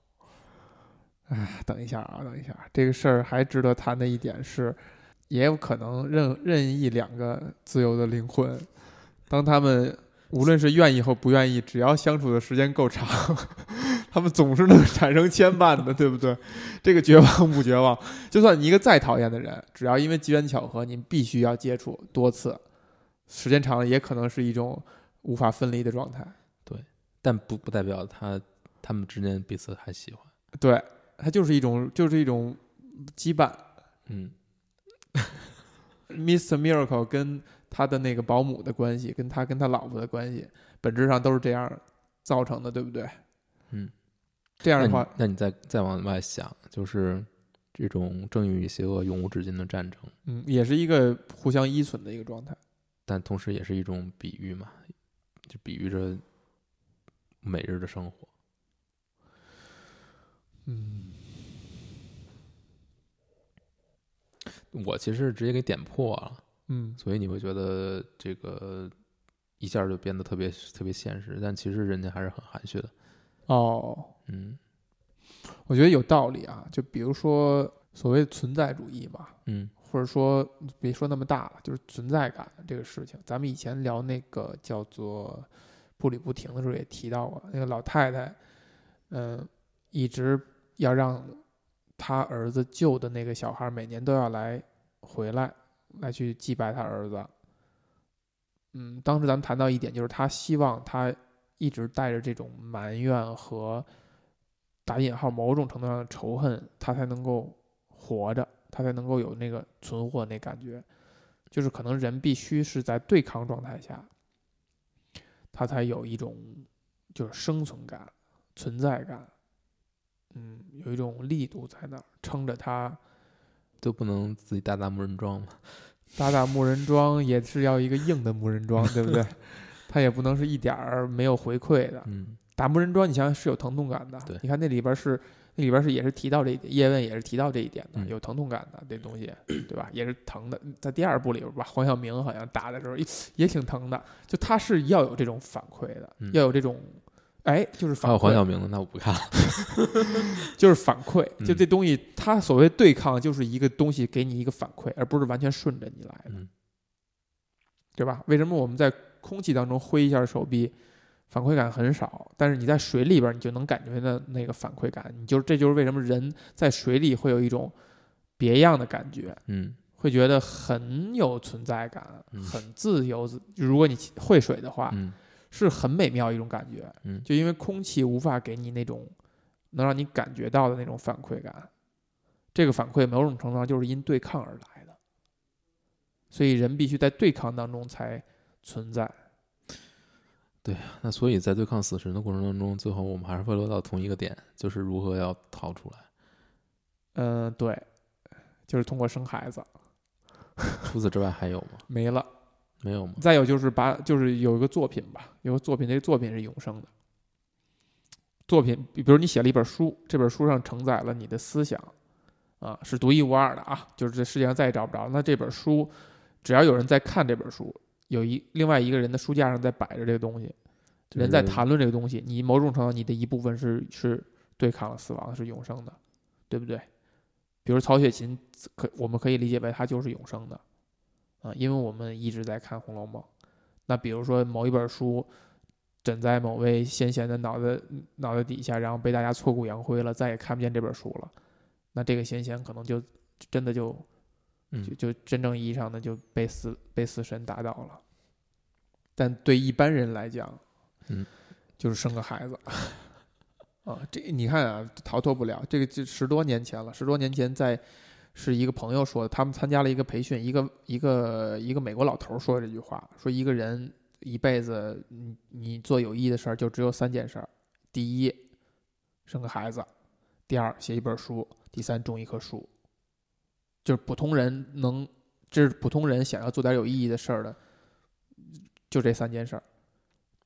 Speaker 1: 哎，等一下啊，等一下，这个事儿还值得谈的一点是，也有可能任任意两个自由的灵魂，当他们无论是愿意或不愿意，只要相处的时间够长， 他们总是能产生牵绊的，对不对？这个绝望不绝望？就算你一个再讨厌的人，只要因为机缘巧合，你必须要接触多次，时间长了也可能是一种无法分离的状态。
Speaker 2: 但不不代表他他们之间彼此还喜欢。
Speaker 1: 对，它就是一种就是一种羁绊。
Speaker 2: 嗯
Speaker 1: Mr. Miracle 跟他的那个保姆的关系，跟他跟他老婆的关系，本质上都是这样造成的，对不对？
Speaker 2: 嗯，
Speaker 1: 这样
Speaker 2: 那
Speaker 1: 的
Speaker 2: 你
Speaker 1: 话，
Speaker 2: 那你再再往外想，就是这种正义与邪恶永无止境的战争，
Speaker 1: 嗯，也是一个互相依存的一个状态。
Speaker 2: 但同时也是一种比喻嘛，就比喻着每日的生活。
Speaker 1: 嗯，
Speaker 2: 我其实直接给点破了，
Speaker 1: 嗯，
Speaker 2: 所以你会觉得这个一下就变得特别特别现实，但其实人家还是很含蓄的。
Speaker 1: 哦，
Speaker 2: 嗯
Speaker 1: 我觉得有道理啊。就比如说所谓存在主义嘛，
Speaker 2: 嗯
Speaker 1: 或者说别说那么大了，就是存在感这个事情。咱们以前聊那个叫做步履不停的时候也提到过，那个老太太，嗯、一直要让她儿子救的那个小孩每年都要来回来，来去祭拜他儿子。嗯，当时咱们谈到一点，就是她希望她一直带着这种埋怨和打引号某种程度上的仇恨，她才能够活着。他才能够有那个存活那感觉。就是可能人必须是在对抗状态下，他才有一种就是生存感、存在感，嗯，有一种力度在那儿撑着他。
Speaker 2: 都不能自己大大木人桩嘛。
Speaker 1: 打打木人桩也是要一个硬的木人桩，对不对？ 他也不能是一点儿没有回馈的。
Speaker 2: 嗯
Speaker 1: 打木人桩，你想想是有疼痛感的。
Speaker 2: 对
Speaker 1: 你看那里边是那里边是也是提到这一点，叶问也是提到这一点的，
Speaker 2: 嗯
Speaker 1: 有疼痛感的这东西，对吧？也是疼的，在第二部里边吧，黄晓明好像打的时候也也挺疼的，就他是要有这种反馈的，
Speaker 2: 嗯
Speaker 1: 要有这种。哎，就是
Speaker 2: 还
Speaker 1: 反
Speaker 2: 啊有黄晓
Speaker 1: 馈，
Speaker 2: 明的，那我不看了。
Speaker 1: 就是反馈，
Speaker 2: 嗯
Speaker 1: 就这东西，它所谓对抗，就是一个东西给你一个反馈，而不是完全顺着你来的，
Speaker 2: 嗯
Speaker 1: 对吧？为什么我们在空气当中挥一下手臂，反馈感很少，但是你在水里边，你就能感觉到那个反馈感。你就这就是为什么人在水里会有一种别样的感觉，
Speaker 2: 嗯
Speaker 1: 会觉得很有存在感，
Speaker 2: 嗯
Speaker 1: 很自由。如果你会水的话，
Speaker 2: 嗯
Speaker 1: 是很美妙一种感觉。
Speaker 2: 嗯
Speaker 1: 就因为空气无法给你那种能让你感觉到的那种反馈感，这个反馈某种程度上就是因对抗而来的，所以人必须在对抗当中才存在。
Speaker 2: 那所以在对抗死神的过程当中，最后我们还是会落到同一个点，就是如何要逃出来。
Speaker 1: 嗯，对，就是通过生孩子
Speaker 2: 除此之外还有吗？
Speaker 1: 没了。
Speaker 2: 没有吗？
Speaker 1: 再有就是把，就是有一个作品吧，有个作品，这个作品是永生的。作品，比比如你写了一本书，这本书上承载了你的思想，啊，是独一无二的啊，就是这世界上再也找不着。那这本书，只要有人在看这本书，有一另外一个人的书架上在摆着这个东西，
Speaker 2: 就是
Speaker 1: 人在谈论这个东西，你某种程度你的一部分是是对抗了死亡，是永生的，对不对？比如曹雪芹，可我们可以理解为他就是永生的，啊，因为我们一直在看《红楼梦》。那比如说某一本书枕在某位先贤的脑袋脑袋底下，然后被大家挫骨扬灰了，再也看不见这本书了。那这个先贤可能就真的就
Speaker 2: 嗯
Speaker 1: 就就真正意义上的就被死被死神打倒了。但对一般人来讲，
Speaker 2: 嗯，
Speaker 1: 就是生个孩子 啊，这你看啊，逃脱不了。这个这十多年前了，十多年前在是一个朋友说的，他们参加了一个培训，一个一个一个美国老头说这句话，说一个人一辈子你你做有意义的事儿就只有三件事儿：第一，生个孩子；第二，写一本书；第三，种一棵树。就是普通人能，就是普通人想要做点有意义的事儿的，就这三件事儿，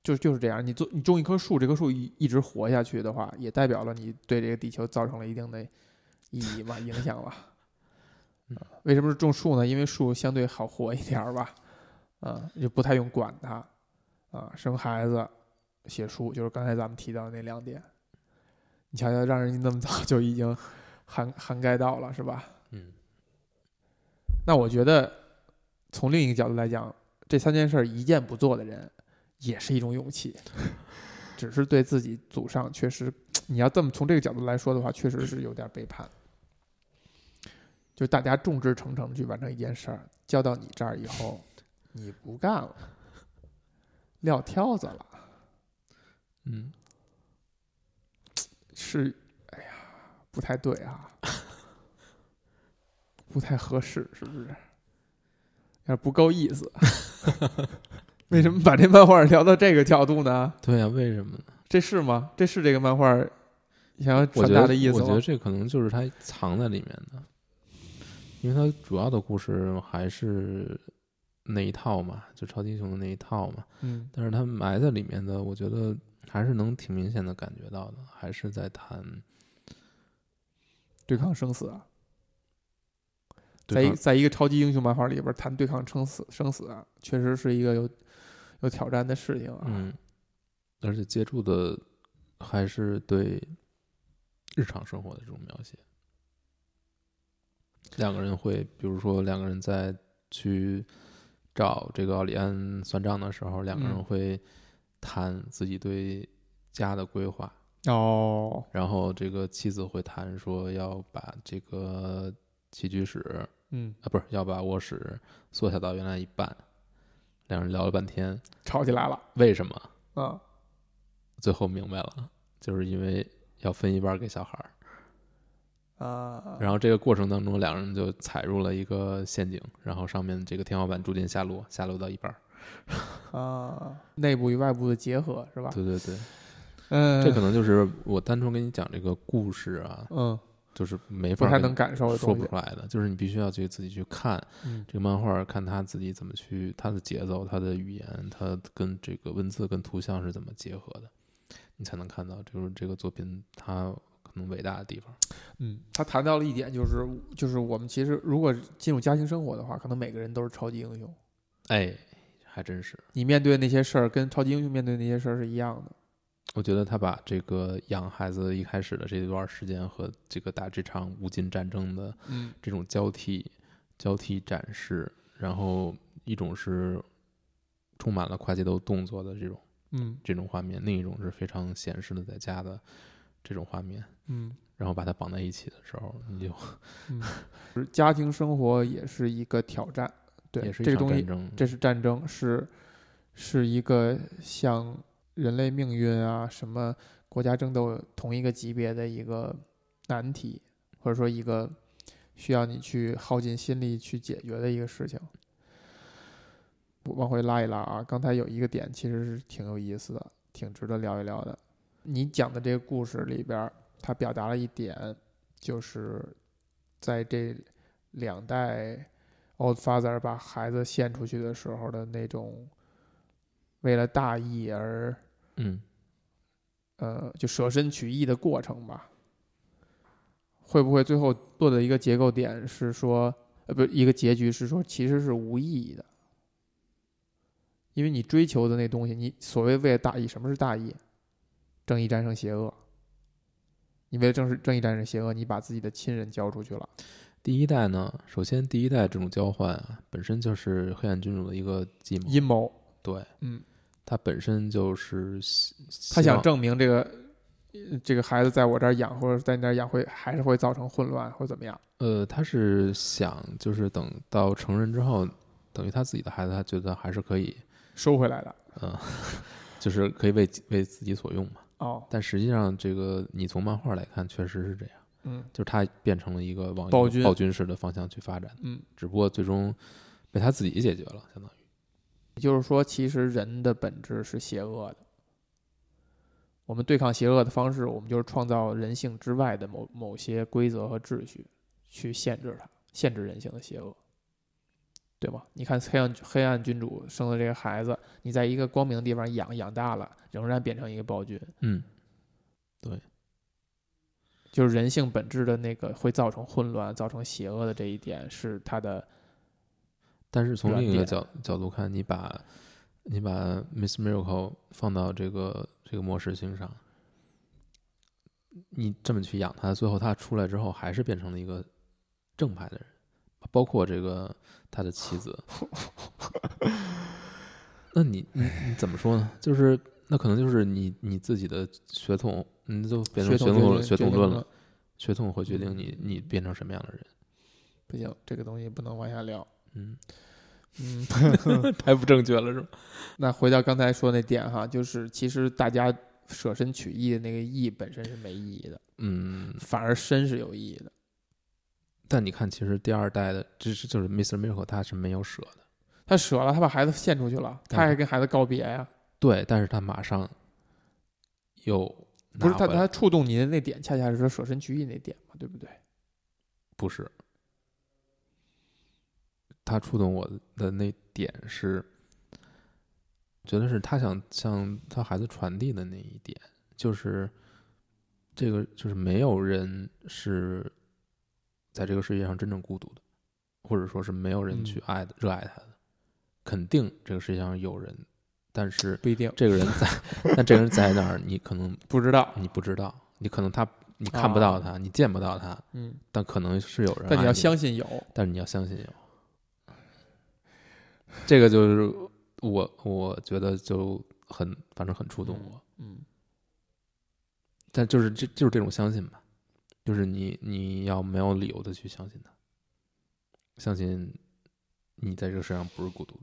Speaker 1: 就就是这样。你做你种一棵树，这棵树一一直活下去的话，也代表了你对这个地球造成了一定的意义吧、影响吧。
Speaker 2: 嗯
Speaker 1: 啊为什么是种树呢？因为树相对好活一点儿吧，啊，就不太用管它，啊，生孩子、写书，就是刚才咱们提到的那两点。你瞧瞧，让人家那么早就已经涵涵盖到了，是吧？
Speaker 2: 嗯
Speaker 1: 那我觉得，从另一个角度来讲，这三件事儿一件不做的人，也是一种勇气，只是对自己祖上确实，你要这么从这个角度来说的话，确实是有点背叛。就大家众志成城地去完成一件事儿，交到你这儿以后，你不干了，撂挑子了，
Speaker 2: 嗯，
Speaker 1: 是，哎呀，不太对啊，不太合适，是不是？有点不够意思。 为什么把这漫画聊到这个角度呢？
Speaker 2: 对呀、为什么呢？
Speaker 1: 这是吗？这是这个漫画想要
Speaker 2: 我
Speaker 1: 传
Speaker 2: 觉
Speaker 1: 达
Speaker 2: 得
Speaker 1: 的意思
Speaker 2: 我觉
Speaker 1: 吗
Speaker 2: 得？这可能就是它藏在里面的，因为它主要的故事还是那一套嘛，就超级英雄的那一套嘛。
Speaker 1: 嗯
Speaker 2: 但是它埋在里面的，我觉得还是能挺明显的感觉到的，还是在谈
Speaker 1: 对抗生死啊，在
Speaker 2: 对
Speaker 1: 一
Speaker 2: 抗
Speaker 1: 在一个超级英雄漫画里边谈对抗生死生死啊，确实是一个有有挑战的事情啊。
Speaker 2: 嗯，而且接触的还是对日常生活的这种描写。两个人会，比如说两个人在去找这个奥利安算账的时候，两个人
Speaker 1: 嗯
Speaker 2: 会谈自己对家的规划，
Speaker 1: 哦，
Speaker 2: 然后这个妻子会谈说要把这个起居室
Speaker 1: 嗯，
Speaker 2: 啊，不是要把卧室缩小到原来一半。两人聊了半天，
Speaker 1: 吵起来了
Speaker 2: 为什么？
Speaker 1: 啊！
Speaker 2: 最后明白了，就是因为要分一半给小孩儿。
Speaker 1: 啊，
Speaker 2: 然后这个过程当中，两人就踩入了一个陷阱，然后上面这个天花板逐渐下落，下落到一半儿。
Speaker 1: 啊，内部与外部的结合是吧？
Speaker 2: 对对对，
Speaker 1: 嗯，
Speaker 2: 这可能就是我单纯跟你讲这个故事啊，
Speaker 1: 嗯
Speaker 2: 就是没
Speaker 1: 不
Speaker 2: 法
Speaker 1: 太
Speaker 2: 跟
Speaker 1: 能感受的
Speaker 2: 说
Speaker 1: 东
Speaker 2: 不
Speaker 1: 西。
Speaker 2: 出来的，就是你必须要去自己去看
Speaker 1: 嗯
Speaker 2: 这个漫画，看他自己怎么去他的节奏、他的语言、他跟这个文字跟图像是怎么结合的，你才能看到就是这个作品它可能伟大的地方。
Speaker 1: 嗯，他谈到了一点，就是就是我们其实如果进入家庭生活的话，可能每个人都是超级英雄。
Speaker 2: 哎，还真是。
Speaker 1: 你面对那些事儿，跟超级英雄面对那些事儿是一样的。
Speaker 2: 我觉得他把这个养孩子一开始的这段时间和这个打这场无尽战争的
Speaker 1: 嗯
Speaker 2: 这种交替、交替展示，然后一种是充满了快节奏动作的这种
Speaker 1: 嗯
Speaker 2: 这种画面，另一种是非常闲适的在家的这种画面，
Speaker 1: 嗯
Speaker 2: 然后把它绑在一起的时候，你就
Speaker 1: 嗯， 家庭生活也是一个挑战。对，
Speaker 2: 也是一
Speaker 1: 这个
Speaker 2: 场
Speaker 1: 东西
Speaker 2: 战，争。
Speaker 1: 这是战争，是是一个像人类命运啊、什么国家争斗同一个级别的一个难题，或者说一个需要你去耗尽心力去解决的一个事情。我往回拉一拉啊，刚才有一个点其实是挺有意思的，挺值得聊一聊的。你讲的这个故事里边儿，它表达了一点，就是在这两代 old father 把孩子献出去的时候的那种，为了大义而
Speaker 2: 嗯，
Speaker 1: 呃，就舍身取义的过程吧。会不会最后做的一个结构点是说，呃，不，一个结局是说其实是无意义的，因为你追求的那东西，你所谓为了大义，什么是大义？正义战胜邪恶。你为了正是正义战胜邪恶，你把自己的亲人交出去了。
Speaker 2: 第一代呢，首先第一代这种交换啊，本身就是黑暗君主的一个计谋，
Speaker 1: 阴谋，
Speaker 2: 对，
Speaker 1: 嗯，
Speaker 2: 他本身就是希希
Speaker 1: 他想
Speaker 2: 望
Speaker 1: 证明这个呃这个孩子在我这儿养，或者在你那儿养会还是会造成混乱或者怎么样。
Speaker 2: 呃，他是想就是等到成人之后，等于他自己的孩子，他觉得还是可以，
Speaker 1: 收回来的
Speaker 2: 嗯、就是可以为为自己所用嘛。
Speaker 1: 哦，
Speaker 2: 但实际上，这个你从漫画来看，确实是这样，
Speaker 1: 嗯
Speaker 2: 就是他变成了一个往一个
Speaker 1: 暴君
Speaker 2: 暴君式的方向去发展，
Speaker 1: 嗯，
Speaker 2: 只不过最终被他自己解决了，相当于。
Speaker 1: 也就是说，其实人的本质是邪恶的。我们对抗邪恶的方式，我们就是创造人性之外的某某些规则和秩序，去限制它，限制人性的邪恶，对吗？你看黑暗黑暗君主生的这个孩子，你在一个光明的地方养养大了，仍然变成一个暴君，
Speaker 2: 嗯，
Speaker 1: 就是人性本质的那个会造成混乱、造成邪恶的这一点是它的
Speaker 2: 但是从
Speaker 1: 软
Speaker 2: 另一个
Speaker 1: 点
Speaker 2: 角角度看，你把你把 Miss Miracle 放到这个这个模式星上，你这么去养他，最后他出来之后还是变成了一个正派的人，包括这个他的妻 子。那你你你怎么说呢？就是那可能就是你你自己的血统，你就变成
Speaker 1: 血
Speaker 2: 血
Speaker 1: 统
Speaker 2: 统论
Speaker 1: 论、
Speaker 2: 血
Speaker 1: 决
Speaker 2: 统
Speaker 1: 定
Speaker 2: 论
Speaker 1: 了
Speaker 2: 了，血统会决定你你变成什么样的人。
Speaker 1: 不行，这个东西不能往下聊。
Speaker 2: 嗯，
Speaker 1: 嗯，
Speaker 2: 太不正确了，是吧？
Speaker 1: 那回到刚才说那点哈，就是其实大家舍身取义的那个义本身是没意义的，
Speaker 2: 嗯，
Speaker 1: 反而身是有意义的。
Speaker 2: 但你看，其实第二代的，这是就是 Mr. Miracle，他是没有舍的，
Speaker 1: 他舍了，他把孩子献出去了，
Speaker 2: 对
Speaker 1: 他还跟孩子告别呀、
Speaker 2: 对，但是他马上又拿
Speaker 1: 不是他
Speaker 2: 回来
Speaker 1: 他触动你的那点，恰恰是说舍身取义那点嘛，对不对？
Speaker 2: 不是，他触动我的那点是，觉得是他想向他孩子传递的那一点，就是这个就是没有人是在这个世界上真正孤独的，或者说是没有人
Speaker 1: 嗯
Speaker 2: 去爱的、热爱他的，肯定这个世界上有人，但是
Speaker 1: 不一定，
Speaker 2: 这个人在， 但这个人在那儿，你可能
Speaker 1: 不知道。
Speaker 2: 你不知道，你可能他你看不到他，你见不到他，
Speaker 1: 嗯，
Speaker 2: 但可能是有人。
Speaker 1: 哦但你要，相信有，
Speaker 2: 但是你要相信有。这个就是我，我觉得就很，反正很触动我。
Speaker 1: 嗯，
Speaker 2: 但就是这就是这种相信吧，就是你你要没有理由的去相信他，相信你在这个世上不是孤独的。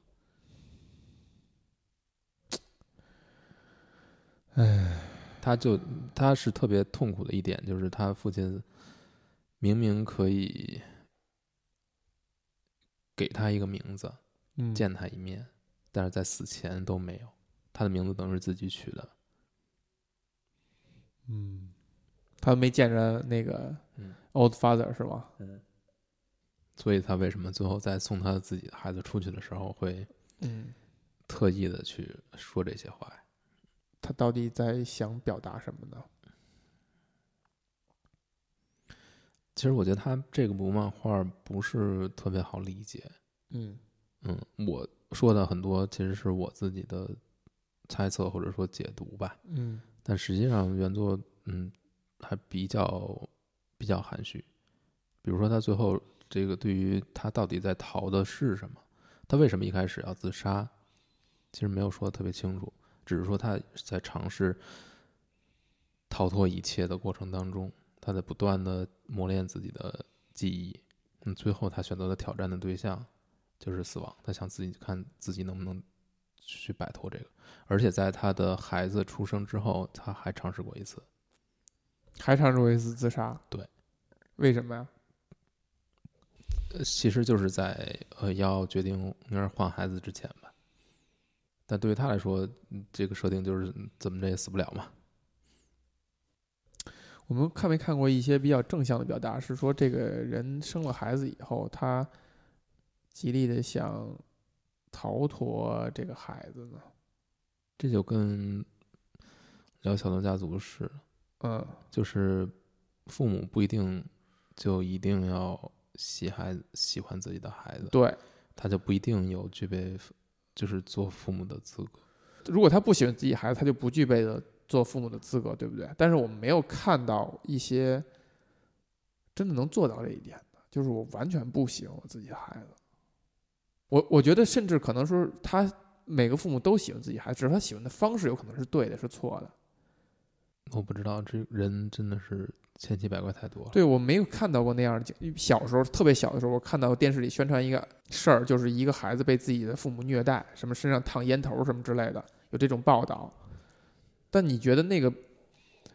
Speaker 2: 他就他是特别痛苦的一点，就是他父亲明明可以给他一个名字，
Speaker 1: 嗯，
Speaker 2: 见他一面，但是在死前都没有。他的名字等于是自己取的，
Speaker 1: 嗯，他没见着那个
Speaker 2: 嗯
Speaker 1: old father 是吧？
Speaker 2: 所以他为什么最后在送他自己的孩子出去的时候会
Speaker 1: 嗯，
Speaker 2: 特意的去说这些话呀？
Speaker 1: 他到底在想表达什么呢？
Speaker 2: 其实我觉得他这个部漫画不是特别好理解。
Speaker 1: 嗯
Speaker 2: 嗯，我说的很多其实是我自己的猜测或者说解读吧，
Speaker 1: 嗯
Speaker 2: 但实际上原作嗯还比较比较含蓄。比如说他最后这个对于他到底在逃的是什么，他为什么一开始要自杀，其实没有说的特别清楚，只是说他在尝试逃脱一切的过程当中，他在不断的磨练自己的记忆。嗯，最后他选择的挑战的对象就是死亡，他想自己看自己能不能去摆脱这个。而且在他的孩子出生之后，他还尝试过一次，
Speaker 1: 还尝试过一次自杀，
Speaker 2: 对，
Speaker 1: 为什么呀？
Speaker 2: 呃其实就是在呃要决定应该是换孩子之前吧。但对于他来说，嗯这个设定就是嗯怎么着也死不了嘛。
Speaker 1: 我们看没看过一些比较正向的表达，是说这个人生了孩子以后，他极力的想逃脱这个孩子呢？
Speaker 2: 这就跟聊小龙家族似的，
Speaker 1: 嗯
Speaker 2: 就是父母不一定就一定要喜孩子喜欢自己的孩子，
Speaker 1: 对，
Speaker 2: 他就不一定有具备父就是做父母的资格。
Speaker 1: 如果他不喜欢自己孩子，他就不具备的做父母的资格，对不对？但是我们没有看到一些真的能做到这一点的，就是我完全不喜欢我自己的孩子。我我觉得，甚至可能说他每个父母都喜欢自己孩子，只是他喜欢的方式有可能是对的，是错的。
Speaker 2: 我不知道，这人真的是千奇百怪太多了。
Speaker 1: 对我没有看到过那样的景。小时候特别小的时候，我看到电视里宣传一个事儿，就是一个孩子被自己的父母虐待，什么身上烫烟头什么之类的，有这种报道。但你觉得那个？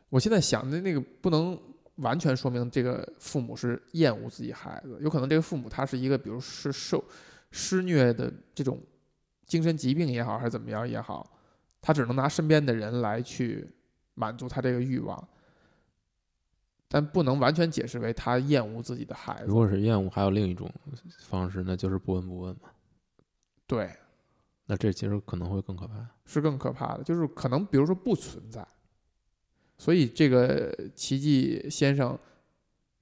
Speaker 1: 我现在想的那个不能完全说明这个父母是厌恶自己孩子，有可能这个父母他是一个，比如是受施虐的这种精神疾病也好，还是怎么样也好，他只能拿身边的人来去满足他这个欲望，但不能完全解释为他厌恶自己的孩
Speaker 2: 如
Speaker 1: 子。
Speaker 2: 果是厌恶，还有另一种方式，那就是不闻不问嘛。
Speaker 1: 对，
Speaker 2: 那这其实可能会更可怕。
Speaker 1: 是更可怕的，就是可能比如说不存在。所以这个奇迹先生，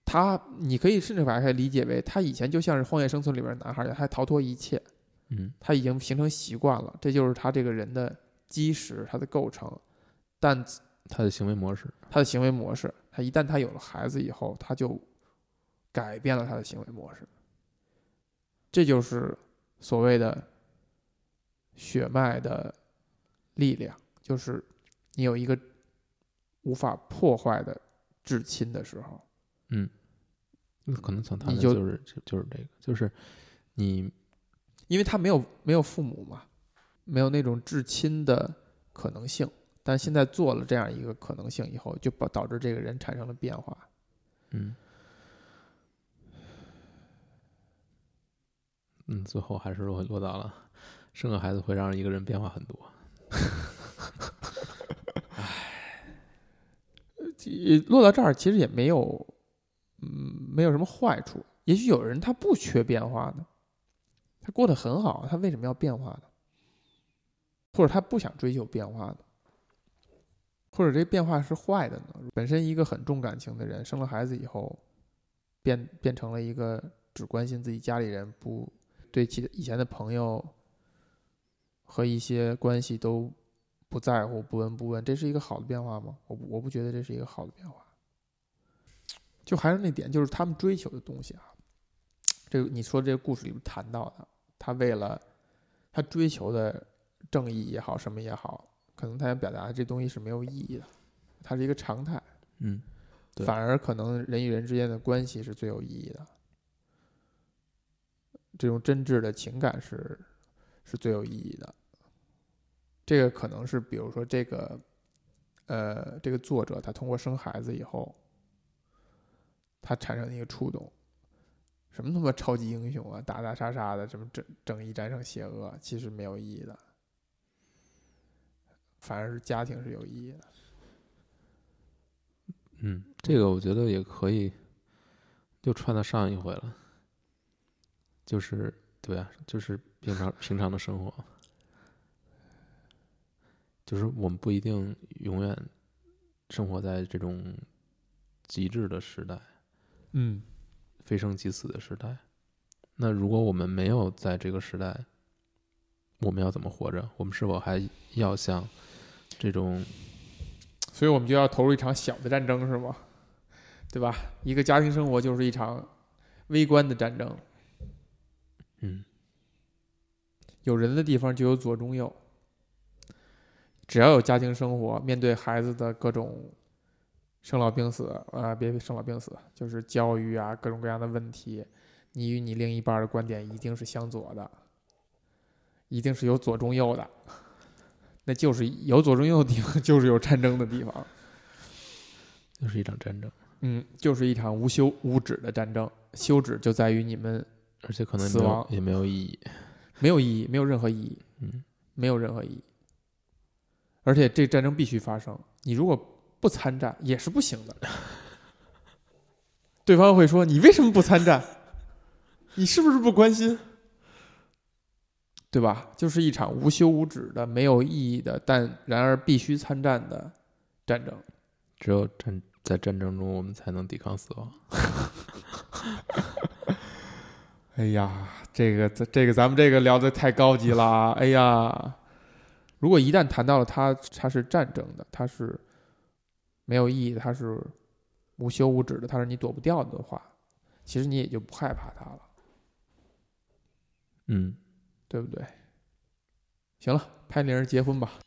Speaker 1: 他你可以甚至把它理解为，他以前就像是《荒野生存》里边的男孩一样，他逃脱一切，
Speaker 2: 嗯，
Speaker 1: 他已经形成习惯了，这就是他这个人的基石，他的构成。但
Speaker 2: 他的行为模式，
Speaker 1: 他的行为模式，他一旦他有了孩子以后，他就改变了他的行为模式。这就是所谓的血脉的力量，就是你有一个无法破坏的至亲的时候，
Speaker 2: 那可能想谈
Speaker 1: 你
Speaker 2: 的
Speaker 1: 就
Speaker 2: 就是就就是这个，就是你
Speaker 1: 因为他没有没有父母嘛，没有那种至亲的可能性。但现在做了这样一个可能性以后，就把导致这个人产生了变化。
Speaker 2: 嗯，嗯，最后还是落落到了生个孩子会让一个人变化很多。
Speaker 1: 也落到这儿，其实也没有，嗯，没有什么坏处。也许有人他不缺变化呢，他过得很好，他为什么要变化呢？或者他不想追求变化呢？或者这变化是坏的呢？本身一个很重感情的人，生了孩子以后，变变成了一个只关心自己家里人，不对其以前的朋友和一些关系都不在乎、不闻不问，这是一个好的变化吗？我不我不觉得这是一个好的变化。就还是那点，就是他们追求的东西啊。这个你说这个故事里面谈到的，他为了他追求的正义也好，什么也好，可能他想表达的这东西是没有意义的，它是一个常态。
Speaker 2: 嗯，对
Speaker 1: 反而可能人与人之间的关系是最有意义的，这种真挚的情感是是最有意义的。这个可能是，比如说这个，呃，这个作者他通过生孩子以后，他产生的一个触动。什么他妈超级英雄啊，打打杀杀的，什么正正义战胜邪恶，其实没有意义的，反而是家庭是有意义的。
Speaker 2: 嗯，这个我觉得也可以，又串到上一回了，就是对啊，就是平常平常的生活，就是我们不一定永远生活在这种极致的时代，
Speaker 1: 嗯
Speaker 2: 非生即死的时代。那如果我们没有在这个时代，我们要怎么活着？我们是否还要像这种
Speaker 1: 所以我们就要投入一场小的战争，是吗？对吧？一个家庭生活就是一场微观的战争，
Speaker 2: 嗯
Speaker 1: 有人的地方就有左中右。只要有家庭生活，面对孩子的各种生老病死啊、别生老病死，就是教育啊，各种各样的问题，你与你另一半的观点一定是相左的，一定是有左中右的，那就是有左中右的地方，就是有战争的地方。
Speaker 2: 就是一场战争，
Speaker 1: 嗯，就是一场无休无止的战争，休止就在于你们
Speaker 2: 而且可能
Speaker 1: 死
Speaker 2: 没有
Speaker 1: 亡
Speaker 2: 也没有意义。
Speaker 1: 没有意义，没有任何意义，
Speaker 2: 嗯
Speaker 1: 没有任何意义。而且这战争必须发生，你如果不参战也是不行的。对方会说：“你为什么不参战？你是不是不关心？”对吧？就是一场无休无止的、没有意义的，但然而必须参战的战争。
Speaker 2: 只有战在战争中，我们才能抵抗死亡。
Speaker 1: 哎呀，这个这这个咱们这个聊的太高级了啊，哎呀，如果一旦谈到了它，它是战争的，它是没有意义的，它是无休无止的，它是你躲不掉的话，其实你也就不害怕它了，
Speaker 2: 嗯，
Speaker 1: 对不对？行了，拍铃儿结婚吧。